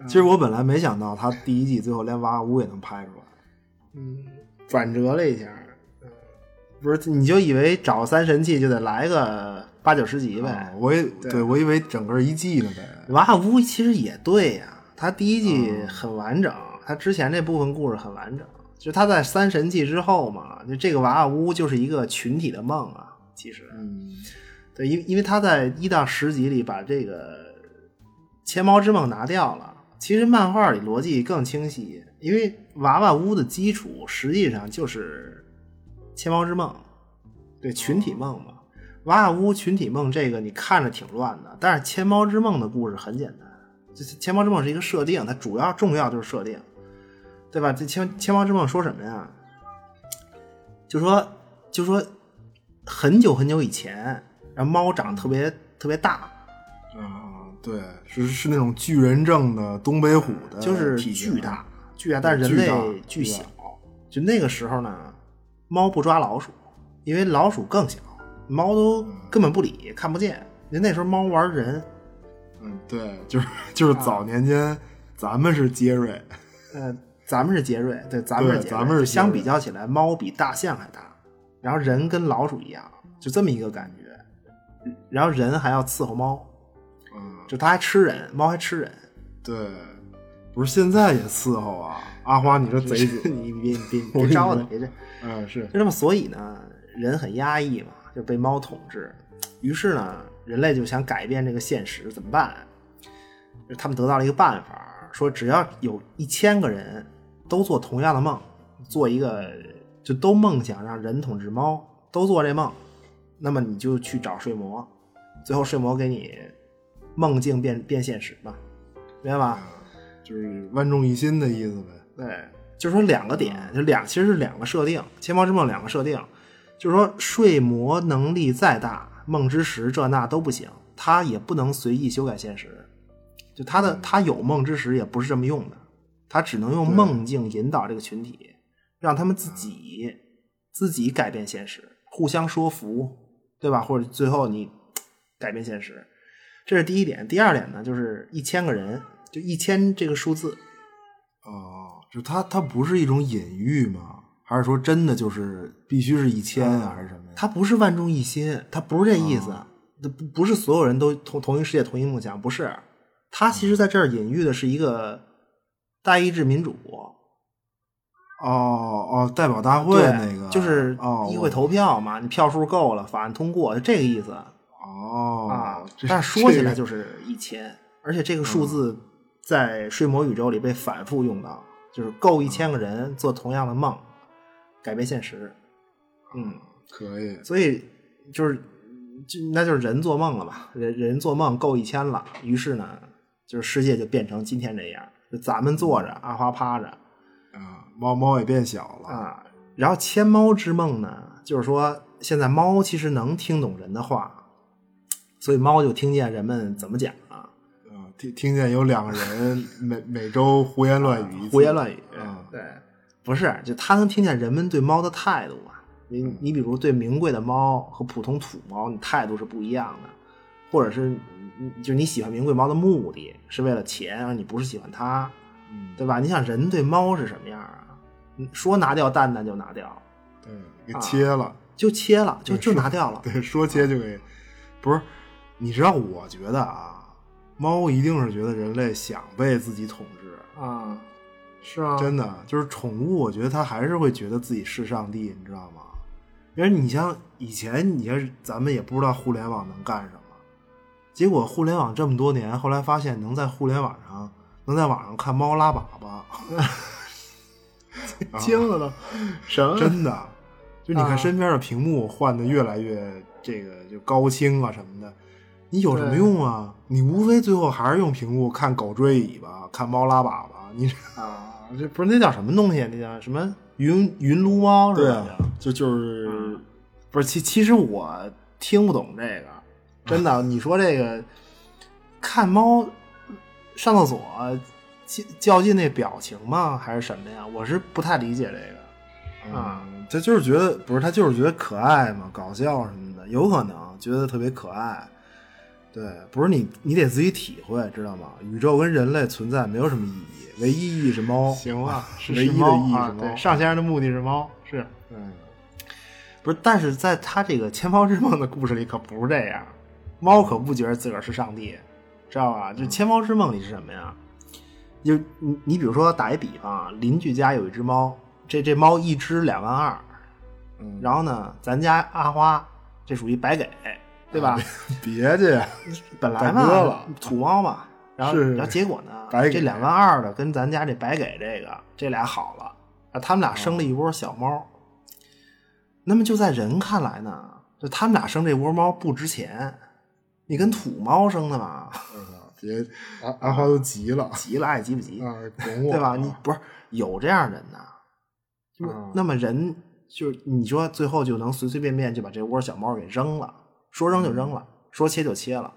其实我本来没想到他第一季最后连娃屋也能拍出来。
转折了一下，嗯，不是，你就以为找三神器就得来个八九十集呗
啊？我也对我以为整个一季呢呗。
娃娃屋其实也对呀、它第一季
啊
很完整，它之前这部分故事很完整，就它在三神记之后嘛，就这个娃娃屋就是一个群体的梦啊，其实，
嗯，
对，因因为它在一到十集里把这个千猫之梦拿掉了，其实漫画里逻辑更清晰，因为娃娃屋的基础实际上就是千猫之梦，对群体梦嘛。娃娃屋群体梦这个你看着挺乱的，但是千猫之梦的故事很简单，这千猫之梦是一个设定，它主要重要就是设定，对吧？这千千猫之梦说什么呀？就说就说很久很久以前，然后猫长得特别特别大，
啊，对，是是那种巨人症的东北虎的，啊
就是巨大，巨大，但是人
巨大
类巨小。就那个时候呢，猫不抓老鼠，因为老鼠更小，猫都根本不理，看不见。人那时候猫玩人，
嗯，对，就是就是
啊
早年间咱们是杰瑞，
呃，咱们是杰瑞，对，咱们是
对
杰瑞，
咱
就
们是杰瑞
相比较起来，猫比大象还大，然后人跟老鼠一样，就这么一个感觉。然后人还要伺候猫，
嗯，
就它还吃人，猫还吃人。
对，不是现在也伺候啊，阿花你这贼子，
你别你别你
我
别
跟你
招它，
说
别这。
嗯，是，
就这么，所以呢，人很压抑嘛，就被猫统治。于是呢，人类就想改变这个现实，怎么办？就他们得到了一个办法，说只要有一千个人都做同样的梦，做一个就都梦想让人统治猫，都做这梦，那么你就去找睡魔，最后睡魔给你梦境变变现实嘛，明白吧？
就是万众一心的意思呗，
对，就是说两个点，就两其实是两个设定，《千猫之梦》两个设定，就是说睡魔能力再大，梦之石这那都不行，它也不能随意修改现实。就它的它有梦之石也不是这么用的，它只能用梦境引导这个群体，让他们自己自己改变现实，互相说服，对吧？或者最后你改变现实，这是第一点。第二点呢，就是一千个人，就一千这个数字，
哦，就它它不是一种隐喻吗？还是说真的就是必须是一千啊，还是什么呀？
他不是万众一心，他不是这意思，
哦
他不不是所有人都同同一世界同一梦想，不是。他其实在这儿隐喻的是一个代议制民主，
哦哦，代表大会
对，
那个
就是
哦，
议
我
会投票嘛，你票数够了，法案通过，就这个意思
哦
啊。
这
但是说起
这
来
个嗯
就是一千，而且这个数字在睡魔宇宙里被反复用到，就是够一千个人做同样的梦，改变现实。嗯。
可以，
所以就是就那就是人做梦了嘛，人人做梦够一千了，于是呢，就是世界就变成今天这样，就咱们坐着，阿花趴着
啊，猫猫也变小了，
啊。然后千猫之梦呢，就是说现在猫其实能听懂人的话，所以猫就听见人们怎么讲啊，
啊，听听见有两个人每每周胡言乱语一次，
胡言乱语。
啊，
对，不是，就它能听见人们对猫的态度啊。你你比如对名贵的猫和普通土猫，你态度是不一样的，或者是你就你喜欢名贵猫的目的是为了钱，而你不是喜欢它，
嗯，
对吧？你想人对猫是什么样啊？你说拿掉蛋蛋就拿掉，
对，给
啊
切了， [laughs]
就切了，就就拿掉了。
对，说切就给，不是，你知道我觉得啊，猫一定是觉得人类想被自己统治，
啊，是啊，
真的就是宠物，我觉得它还是会觉得自己是上帝，你知道吗？因为你像以前，你像咱们也不知道互联网能干什么，结果互联网这么多年，后来发现能在互联网上能在网上看猫拉粑粑，
[laughs] 惊了都，什么
真的，就你
啊
看身边的屏幕换的越来越这个就高清啊什么的，你有什么
对
用啊？你无非最后还是用屏幕看狗追尾巴，看猫拉粑粑，你
啊？这不是那叫什么东西？那叫什么云云撸猫是
对
吧
啊？
就就是
嗯
不是其其实我听不懂这个，真
[laughs]
的。你说这个看猫上厕所较较劲那表情吗？还是什么呀？我是不太理解这个啊。
嗯，他就是觉得不是，他就是觉得可爱嘛，搞笑什么的，有可能觉得特别可爱。对，不是你，你得自己体会，知道吗？宇宙跟人类存在没有什么意义，唯一意义是猫。
行吧，是
唯一
是
的
猫
意义
啊
是，猫
对，上先生的目的是猫，是
嗯，
不是？但是在他这个《千猫之梦》的故事里可不是这样，猫可不觉得自个儿是上帝，知道吧？就《千猫之梦》里是什么呀？就你你比如说打一比方啊，邻居家有一只猫，这这猫一只两万二，
嗯
然后呢，咱家阿花这属于白给，对吧？
别介，
[laughs] 本来
大哥
嘛 [laughs]
了，
土猫嘛，然后
是
然后结果呢，
白给
这两万二的跟咱家这白给这个这俩好了，啊，他们俩生了一窝小猫。那么就在人看来呢，就他们俩生这窝猫不值钱，你跟土猫生的嘛，
别
啊
阿阿花都急了啊，
急了爱急不急，
拱我
对吧？你不是有这样人呐？就
啊
那么人就是你说最后就能随随便便就把这窝小猫给扔了，说扔就扔
嗯
了，说切就切了。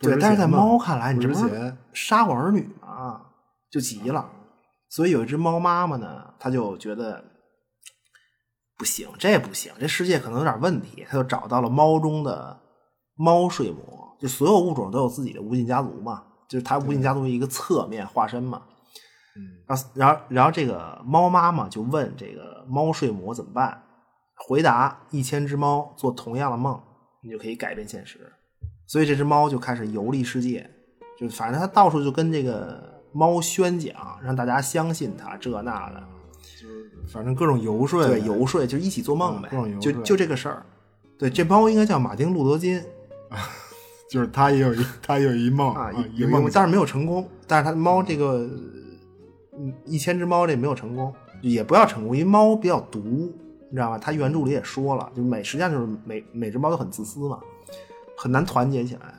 不值
对，但是在
钱嘛
猫看来，你
不
这
值
不是
钱，
杀我儿女嘛，啊就急了。所以有一只猫妈妈呢，她就觉得不行，这不行，这世界可能有点问题，她就找到了猫中的猫睡魔，就所有物种都有自己的无尽家族嘛，就是它无尽家族一个侧面化身嘛。
嗯，
然后，然后，然后这个猫妈妈就问这个猫睡魔怎么办？回答：一千只猫做同样的梦，你就可以改变现实。所以这只猫就开始游历世界，就反正它到处就跟这个猫宣讲，让大家相信它这那的，
反正各种游说，
啊对，游说就一起做梦呗
嗯各种，游
就
说
就这个事儿。对，这猫应该叫马丁路德金
就是他也有一他也有一梦
啊，
一
有有，
梦
但是没有成功。但是它猫这个，嗯，一千只猫这没有成功，也不要成功，因为猫比较毒，你知道吧？它原著里也说了，就每实际上就是每每只猫都很自私嘛，很难团结起来，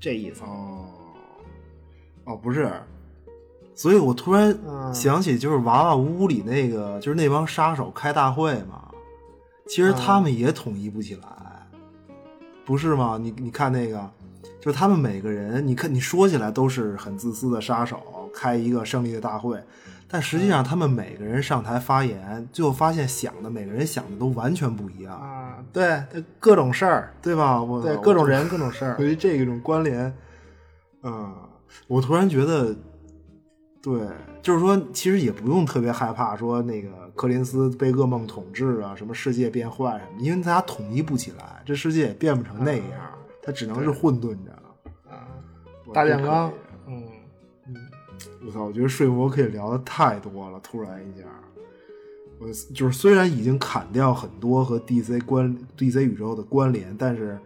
这意思。
哦哦不是，所以我突然
嗯
想起就是娃娃屋里那个就是那帮杀手开大会嘛，其实他
嗯
们也统一不起来，不是吗？你你看那个。就是他们每个人，你看你说起来都是很自私的杀手，开一个胜利的大会，
嗯
但实际上他们每个人上台发言，最后发现想的每个人想的都完全不一样。
啊，对，各种事儿，
对吧？我
对
我
各种人各种事儿
[laughs] 对于这种关联，嗯，我突然觉得，对，就是说，其实也不用特别害怕说那个柯林斯被噩梦统治啊，什么世界变坏什么，因为大家统一不起来，这世界也变不成那样，
啊
它只能是混沌着。我
大
这
炼钢
可以，
嗯，
我操！我觉得睡魔可以聊的太多了，突然一下，我就是虽然已经砍掉很多和 DC 关 DC 宇宙的关联，但是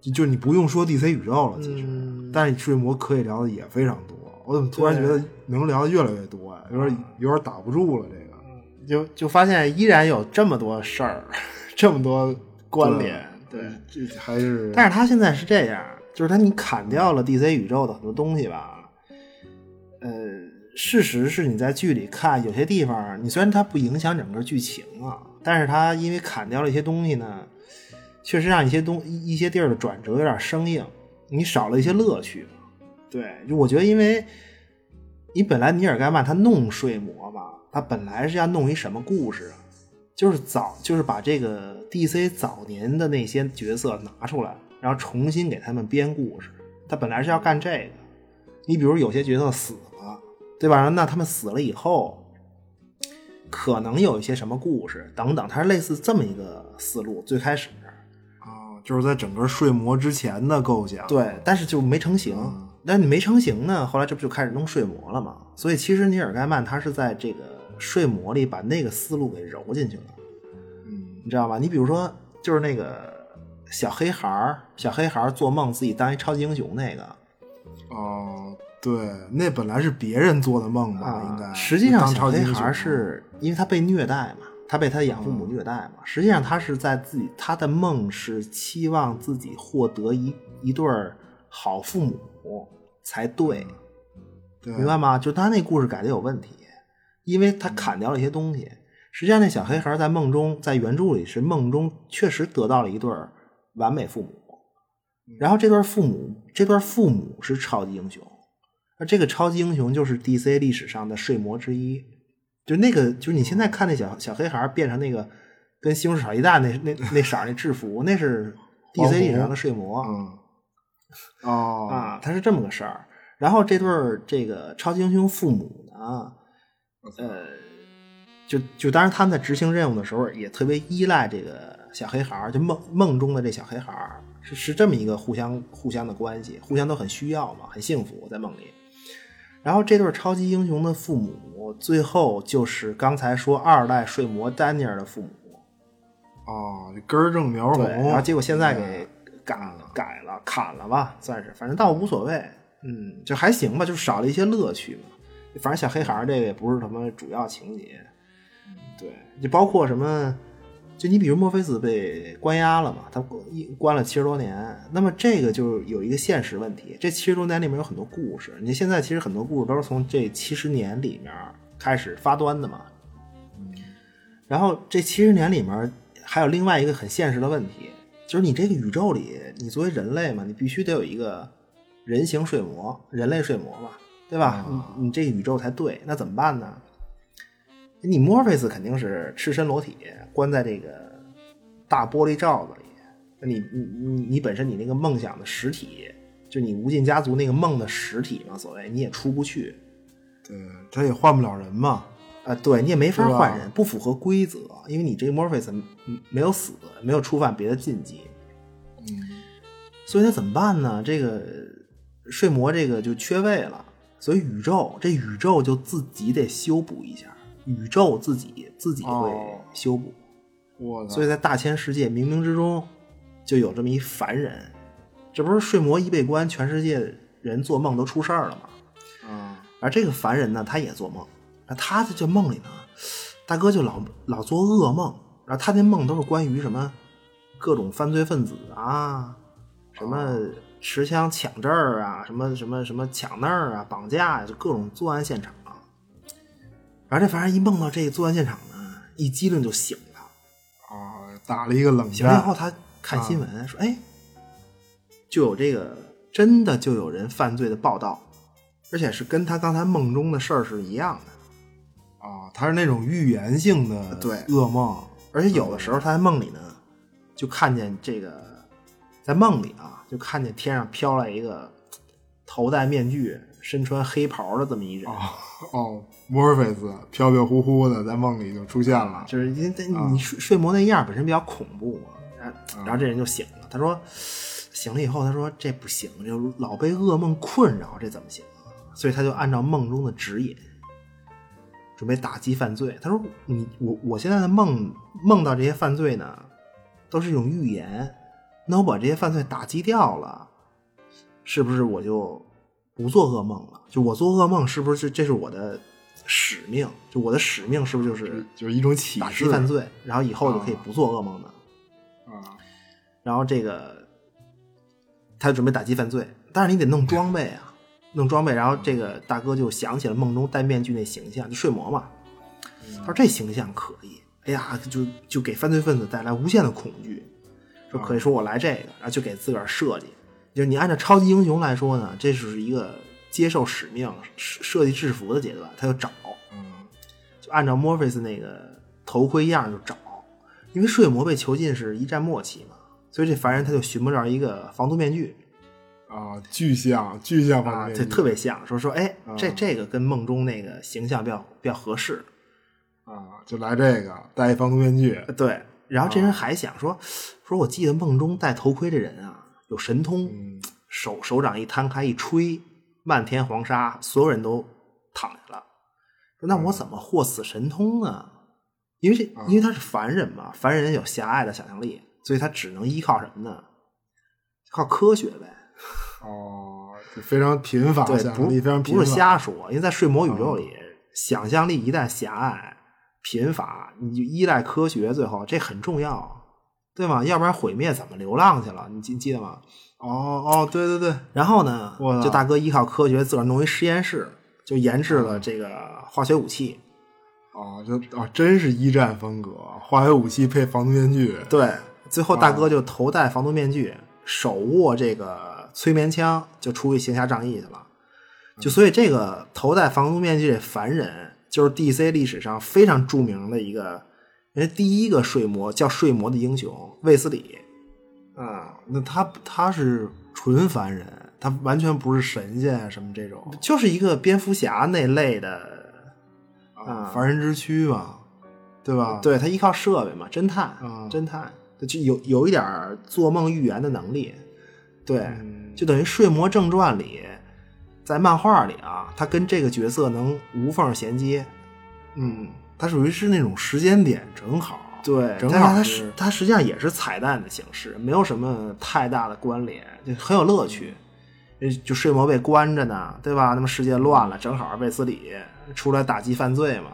就就你不用说 DC 宇宙了，其实，
嗯
但是睡魔可以聊的也非常多。我怎么突然觉得能聊的越来越多呀、有
嗯
点有点打不住了，这个
就就发现依然有这么多事儿， [laughs] 这么多关联，对。
这这还是
但是他现在是这样，就是他你砍掉了 DC 宇宙的很多东西吧，呃，事实是你在剧里看有些地方，你虽然它不影响整个剧情啊，但是它因为砍掉了一些东西呢，确实让一些东一一些地儿的转折有点生硬，你少了一些乐趣。对，就我觉得因为。你本来尼尔盖曼他弄睡魔嘛，他本来是要弄一什么故事啊？就是早就是把这个 DC 早年的那些角色拿出来，然后重新给他们编故事。他本来是要干这个。你比如有些角色死了，对吧？那他们死了以后，可能有一些什么故事等等，它是类似这么一个思路。最开始
啊，就是在整个睡魔之前的构想，
对，但是就没成型。但你没成型呢，后来这不就开始弄睡魔了吗？所以其实尼尔盖曼他是在这个睡魔里把那个思路给揉进去了。
嗯
你知道吧？你比如说，就是那个小黑孩儿，小黑孩儿做梦自己当一超级英雄那个
啊哦、对，那本来是别人做的梦吧，应该
啊实际上
当
小
超级
黑
英雄嗯
孩儿是因为他被虐待嘛，他被他的养父母虐待嘛，实际上他是在自己他的梦是期望自己获得一一对儿好父母才对，
嗯对
明白吗？就他那故事改的有问题，因为他砍掉了一些东西。实际上，那小黑孩儿在梦中，在原著里是梦中确实得到了一对儿完美父母，
嗯
然后这对儿父母，这对儿父母是超级英雄，而这个超级英雄就是 DC 历史上的睡魔之一，就那个就是你现在看那小小黑孩儿变成那个跟西红柿炒鸡蛋那那那色儿那制服，那是 DC 历史上的睡魔，
嗯，哦，
啊，它是这么个事儿。然后这对儿这个超级英雄父母呢，呃，就就当然他们在执行任务的时候也特别依赖这个小黑孩儿，就梦梦中的这小黑孩儿是是这么一个互相互相的关系，互相都很需要嘛，很幸福在梦里。然后这对儿超级英雄的父母，最后就是刚才说二代睡魔丹尼尔的父母，
哦，这根儿正苗
对，然后
红，
嗯
结果现在给改改了砍了吧，算是，反正倒无所谓。嗯，就还行吧，就少了一些乐趣嘛。反正小黑孩儿这个也不是什么主要情节，对，就包括什么，就你比如墨菲斯被关押了嘛，他一关了七十多年，那么这个就有一个现实问题，这七十多年里面有很多故事，你现在其实很多故事都是从这七十年里面开始发端的嘛。然后这七十年里面还有另外一个很现实的问题，就是你这个宇宙里，你作为人类嘛，你必须得有一个人形睡魔，人类睡魔嘛，对吧？你你这个宇宙才对，那怎么办呢？你墨菲斯肯定是赤身裸体关在这个大玻璃罩子里，那你你你你本身你那个梦想的实体，就你无尽家族那个梦的实体嘛，所谓你也出不去，
对，
嗯
他也换不了人嘛。
啊，对你也没法
是吧
换人，不符合规则，因为你这个 Morpheus 没没有死，没有触犯别的禁忌，
嗯
所以他怎么办呢？这个睡魔这个就缺位了，所以宇宙这宇宙就自己得修补一下，宇宙自己自己会
哦
修补，
我
所以在大千世界冥冥之中就有这么一凡人，这不是睡魔一被关，全世界人做梦都出事儿了吗？
啊，
而这个凡人呢，他也做梦，那他的这梦里呢，大哥就老老做噩梦，然后他那梦都是关于什么各种犯罪分子啊，什么持枪抢这儿啊，什么什么什么抢那儿啊，绑架呀，就各种作案现场。啊然后这凡人一梦到这个作案现场呢，一激灵就醒了。
啊，打了一个冷
醒了以
战
后，他看新闻、说，哎，就有这个真的就有人犯罪的报道，而且是跟他刚才梦中的事儿是一样的。
啊，他是那种预言性的
呃对
噩梦，
而且有的时候他在梦里呢，就看见这个，在梦里啊，就看见天上飘来一个头戴面具、身穿黑袍的这么一人，
哦，墨尔菲斯飘飘忽忽的在梦里就出现了，
就是因为
啊
你睡睡魔那样本身比较恐怖嘛，然后然后这人就醒了，他说醒了以后，他说这不行，就老被噩梦困扰，这怎么行啊？所以他就按照梦中的指引，准备打击犯罪。他说你我我现在的梦梦到这些犯罪呢，都是一种预言，那我把这些犯罪打击掉了，是不是我就不做噩梦了？就我做噩梦是不是这这是我的使命？就我的使命是不是就是
就是一种启
打击
示
犯罪，然后以后就可以不做噩梦了。
啊，
然后这个他准备打击犯罪，但是你得弄装备啊，弄装备。然后这个大哥就想起了梦中戴面具那形象，就睡魔嘛。他说这形象可以，哎呀，就就给犯罪分子带来无限的恐惧。说可以说我来这个，然后就给自个儿设计。就是你按照超级英雄来说呢，这是一个接受使命、设设计制服的阶段，他就找。
嗯
就按照 Morpheus 那个头盔样儿就找，因为睡魔被囚禁是一战末期嘛，所以这凡人他就寻摸着一个防毒面具
啊，具象具啊象方
啊，
面
这特别像，说说哎，这这个跟梦中那个形象比较比较合适，
啊，就来这个戴一防毒面具，
对。然后这
啊
人还想说，说我记得梦中戴头盔这人啊有神通，
嗯
手手掌一摊开一吹，漫天黄沙，所有人都躺下了。说那我怎么获此神通呢？因为这因为他是凡人嘛，凡人有狭隘的想象力，所以他只能依靠什么呢？靠科学呗。
哦，就非常贫乏，
对，
想
不
象力非常贫乏，
不
嗯
是瞎说，因为在睡魔宇宙里，想象力一旦狭隘、贫乏，你就依赖科学，最后这很重要，对吗？要不然毁灭怎么流浪去了？你记记得吗？
哦哦，对对对，
然后呢
我，
就大哥依靠科学自个儿弄一实验室，就研制了这个化学武器。
哦，就哦，真是一战风格，化学武器配防毒面具，
对，最后大哥就头戴防毒面具，手握这个催眠枪，就出去行侠仗义去了。就所以这个头戴防毒面具这凡人，就是 DC 历史上非常著名的一个，人家第一个睡魔叫睡魔的英雄卫斯理。
啊，那他他是纯凡人，他完全不是神仙啊什么这种
就是一个蝙蝠侠那类的，
啊，凡人之躯嘛，对吧？
对他依靠设备嘛，侦探，
啊
侦探就有有一点儿做梦预言的能力，对，
嗯
就等于《睡魔正传》里，在漫画里啊，他跟这个角色能无缝衔接，
嗯，他属于是那种时间点正好，
对，
正
但
好
是他
是
实他实际上也是彩蛋的形式，没有什么太大的关联，就很有乐趣。
嗯
呃就睡魔被关着呢，对吧？那么世界乱了，正好卫斯理出来打击犯罪嘛。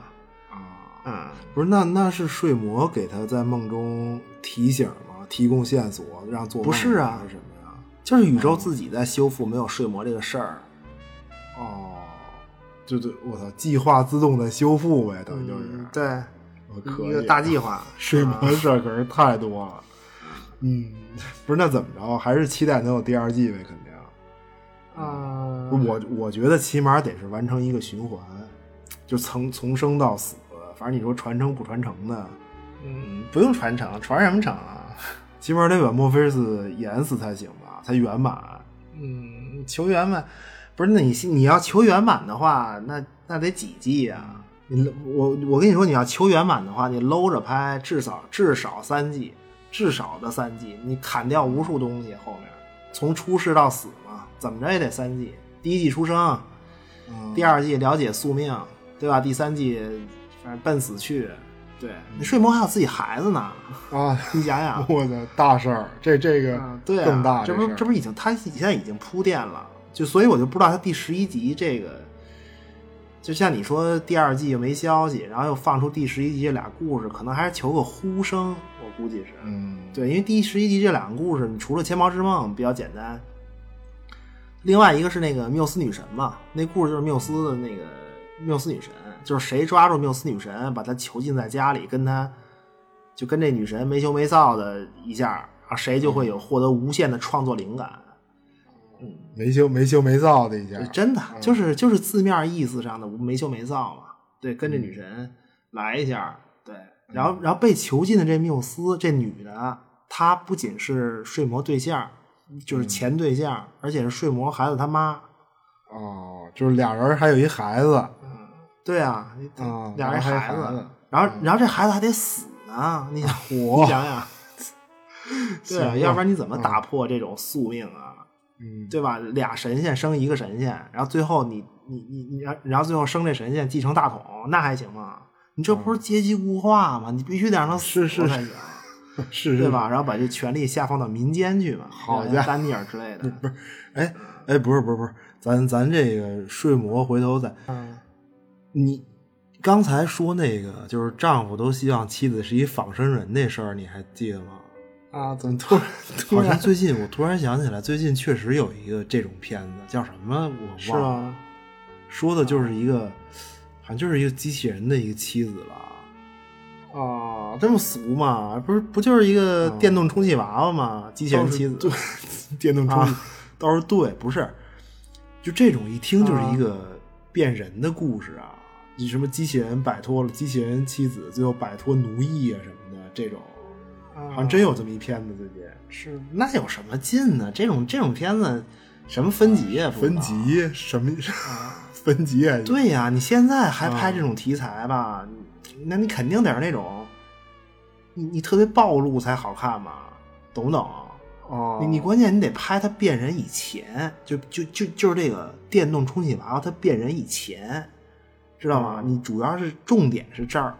啊，
嗯，
不是那那是睡魔给他在梦中提醒吗？提供线索让做
不
梦
是啊
还什么呀？
就是宇宙自己在修复没有睡魔这个事儿。
哦，就对，我操，计划自动的修复呗，等于就是、
嗯对，
我可以
一个大计划。
[laughs]
啊
睡魔的事儿可是太多了。嗯，不是那怎么着？还是期待能有第二季呗，肯定。
啊，
我我觉得起码得是完成一个循环，就从从生到死，反正你说传承不传承的，
嗯，不用传承，传什么承啊？
[laughs] 起码得把墨菲斯演死才行吧，才圆满。
嗯，求圆满，不是？那你你要求圆满的话，那那得几季啊？你我我跟你说，你要求圆满的话，你搂着拍，至少至少三季，至少的三季，你砍掉无数东西，后面从出世到死嘛，怎么着也得三季。第一季出生，
嗯
第二季了解宿命，对吧？第三季反正奔死去。对你睡魔还有自己孩子呢，
啊， [laughs]
你想 [laughs] 想，
我的大事儿，这这个、
啊，对啊，
更大
这
这
不
事儿
这不已经他现在已经铺垫了，就所以我就不知道他第十一集这个，就像你说第二季又没消息，然后又放出第十一集这俩故事，可能还是求个呼声，我估计是，
嗯，
对，因为第十一集这两个故事，你除了《千毛之梦》比较简单，另外一个是那个缪斯女神嘛，那故事就是缪斯的那个缪斯女神，就是谁抓住缪斯女神，把她囚禁在家里，跟她就跟这女神没羞没臊的一下，然后谁就会有获得无限的创作灵感。
没羞没羞没臊的一下，
呃真的就是就是字面意思上的没羞没臊嘛。对，跟着
嗯
女神来一下，对，然后然后被囚禁的这缪斯这女的，她不仅是睡魔对象，
嗯
就是前对象，而且是睡魔孩子他妈。
哦，就是俩人还有一孩子，
对啊，
嗯
俩人
然后还有孩
子
子，嗯
然后然后这孩子还得死呢，
[laughs]
你想你想想，对啊，
行
要不然你怎么打破这种宿命啊？
嗯，
对吧？俩神仙生一个神仙，然后最后你你你你，然后然后最后生这神仙继承大统，那还行吗？你这不是阶级固化吗？你必须得让他死
嗯是是
才行，
是
对？吧？然后把这权力下放到民间去嘛，
好
像
家伙
丹尼尔之类的，
哎哎，不是不是不是，咱咱这个睡魔回头再，
嗯
你刚才说那个就是丈夫都希望妻子是一仿生人那事儿，你还记得吗？
啊，怎么突然突
好像最近我突然想起来，最近确实有一个这种片子，叫什么我
是
忘了，
吗？嗯
说的就是一个，好像就是一个机器人的一个妻子吧。
啊，这么俗嘛？不是不就是一
呃
个
嗯
电动充气娃娃吗？机器人妻子， [laughs]
电动
啊
冲，倒是对，不是，就这种一听就是一个变人的故事啊，你什么机器人摆脱了机器人妻子，最后摆脱奴役啊什么的，这种好像真有这么一片子最近
是那有什么劲呢？这种这种片子什么分级啊？不知
分
道
级什么 [laughs] 分级啊？
对呀、你现在还拍这种题材吧？你那你肯定得是那种，你你特别暴露才好看嘛，懂不懂？
哦，
你你关键你得拍他变人以前，就就就就是这个电动充气娃娃他变人以前，知道吗？你主要是重点是这儿，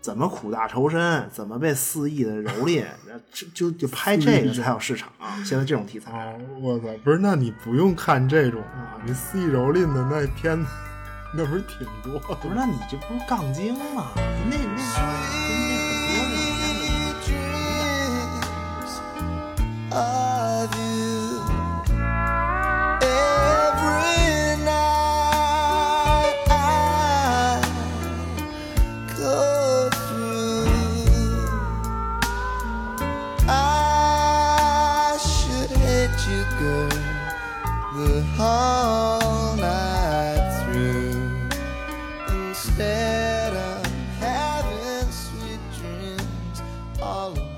怎么苦大仇深，怎么被肆意的蹂躏，然后就就就拍这个才有市场。现在这种题材，
啊，我操，不是，那你不用看这种啊，你肆意蹂躏的那片子， [laughs] 那不是挺多的吗？
不是，那你这不是杠精吗？那那那
Sweet dreams of you. Every night I go through. I should hate you, girl, the whole night through instead of having sweet dreams all alone.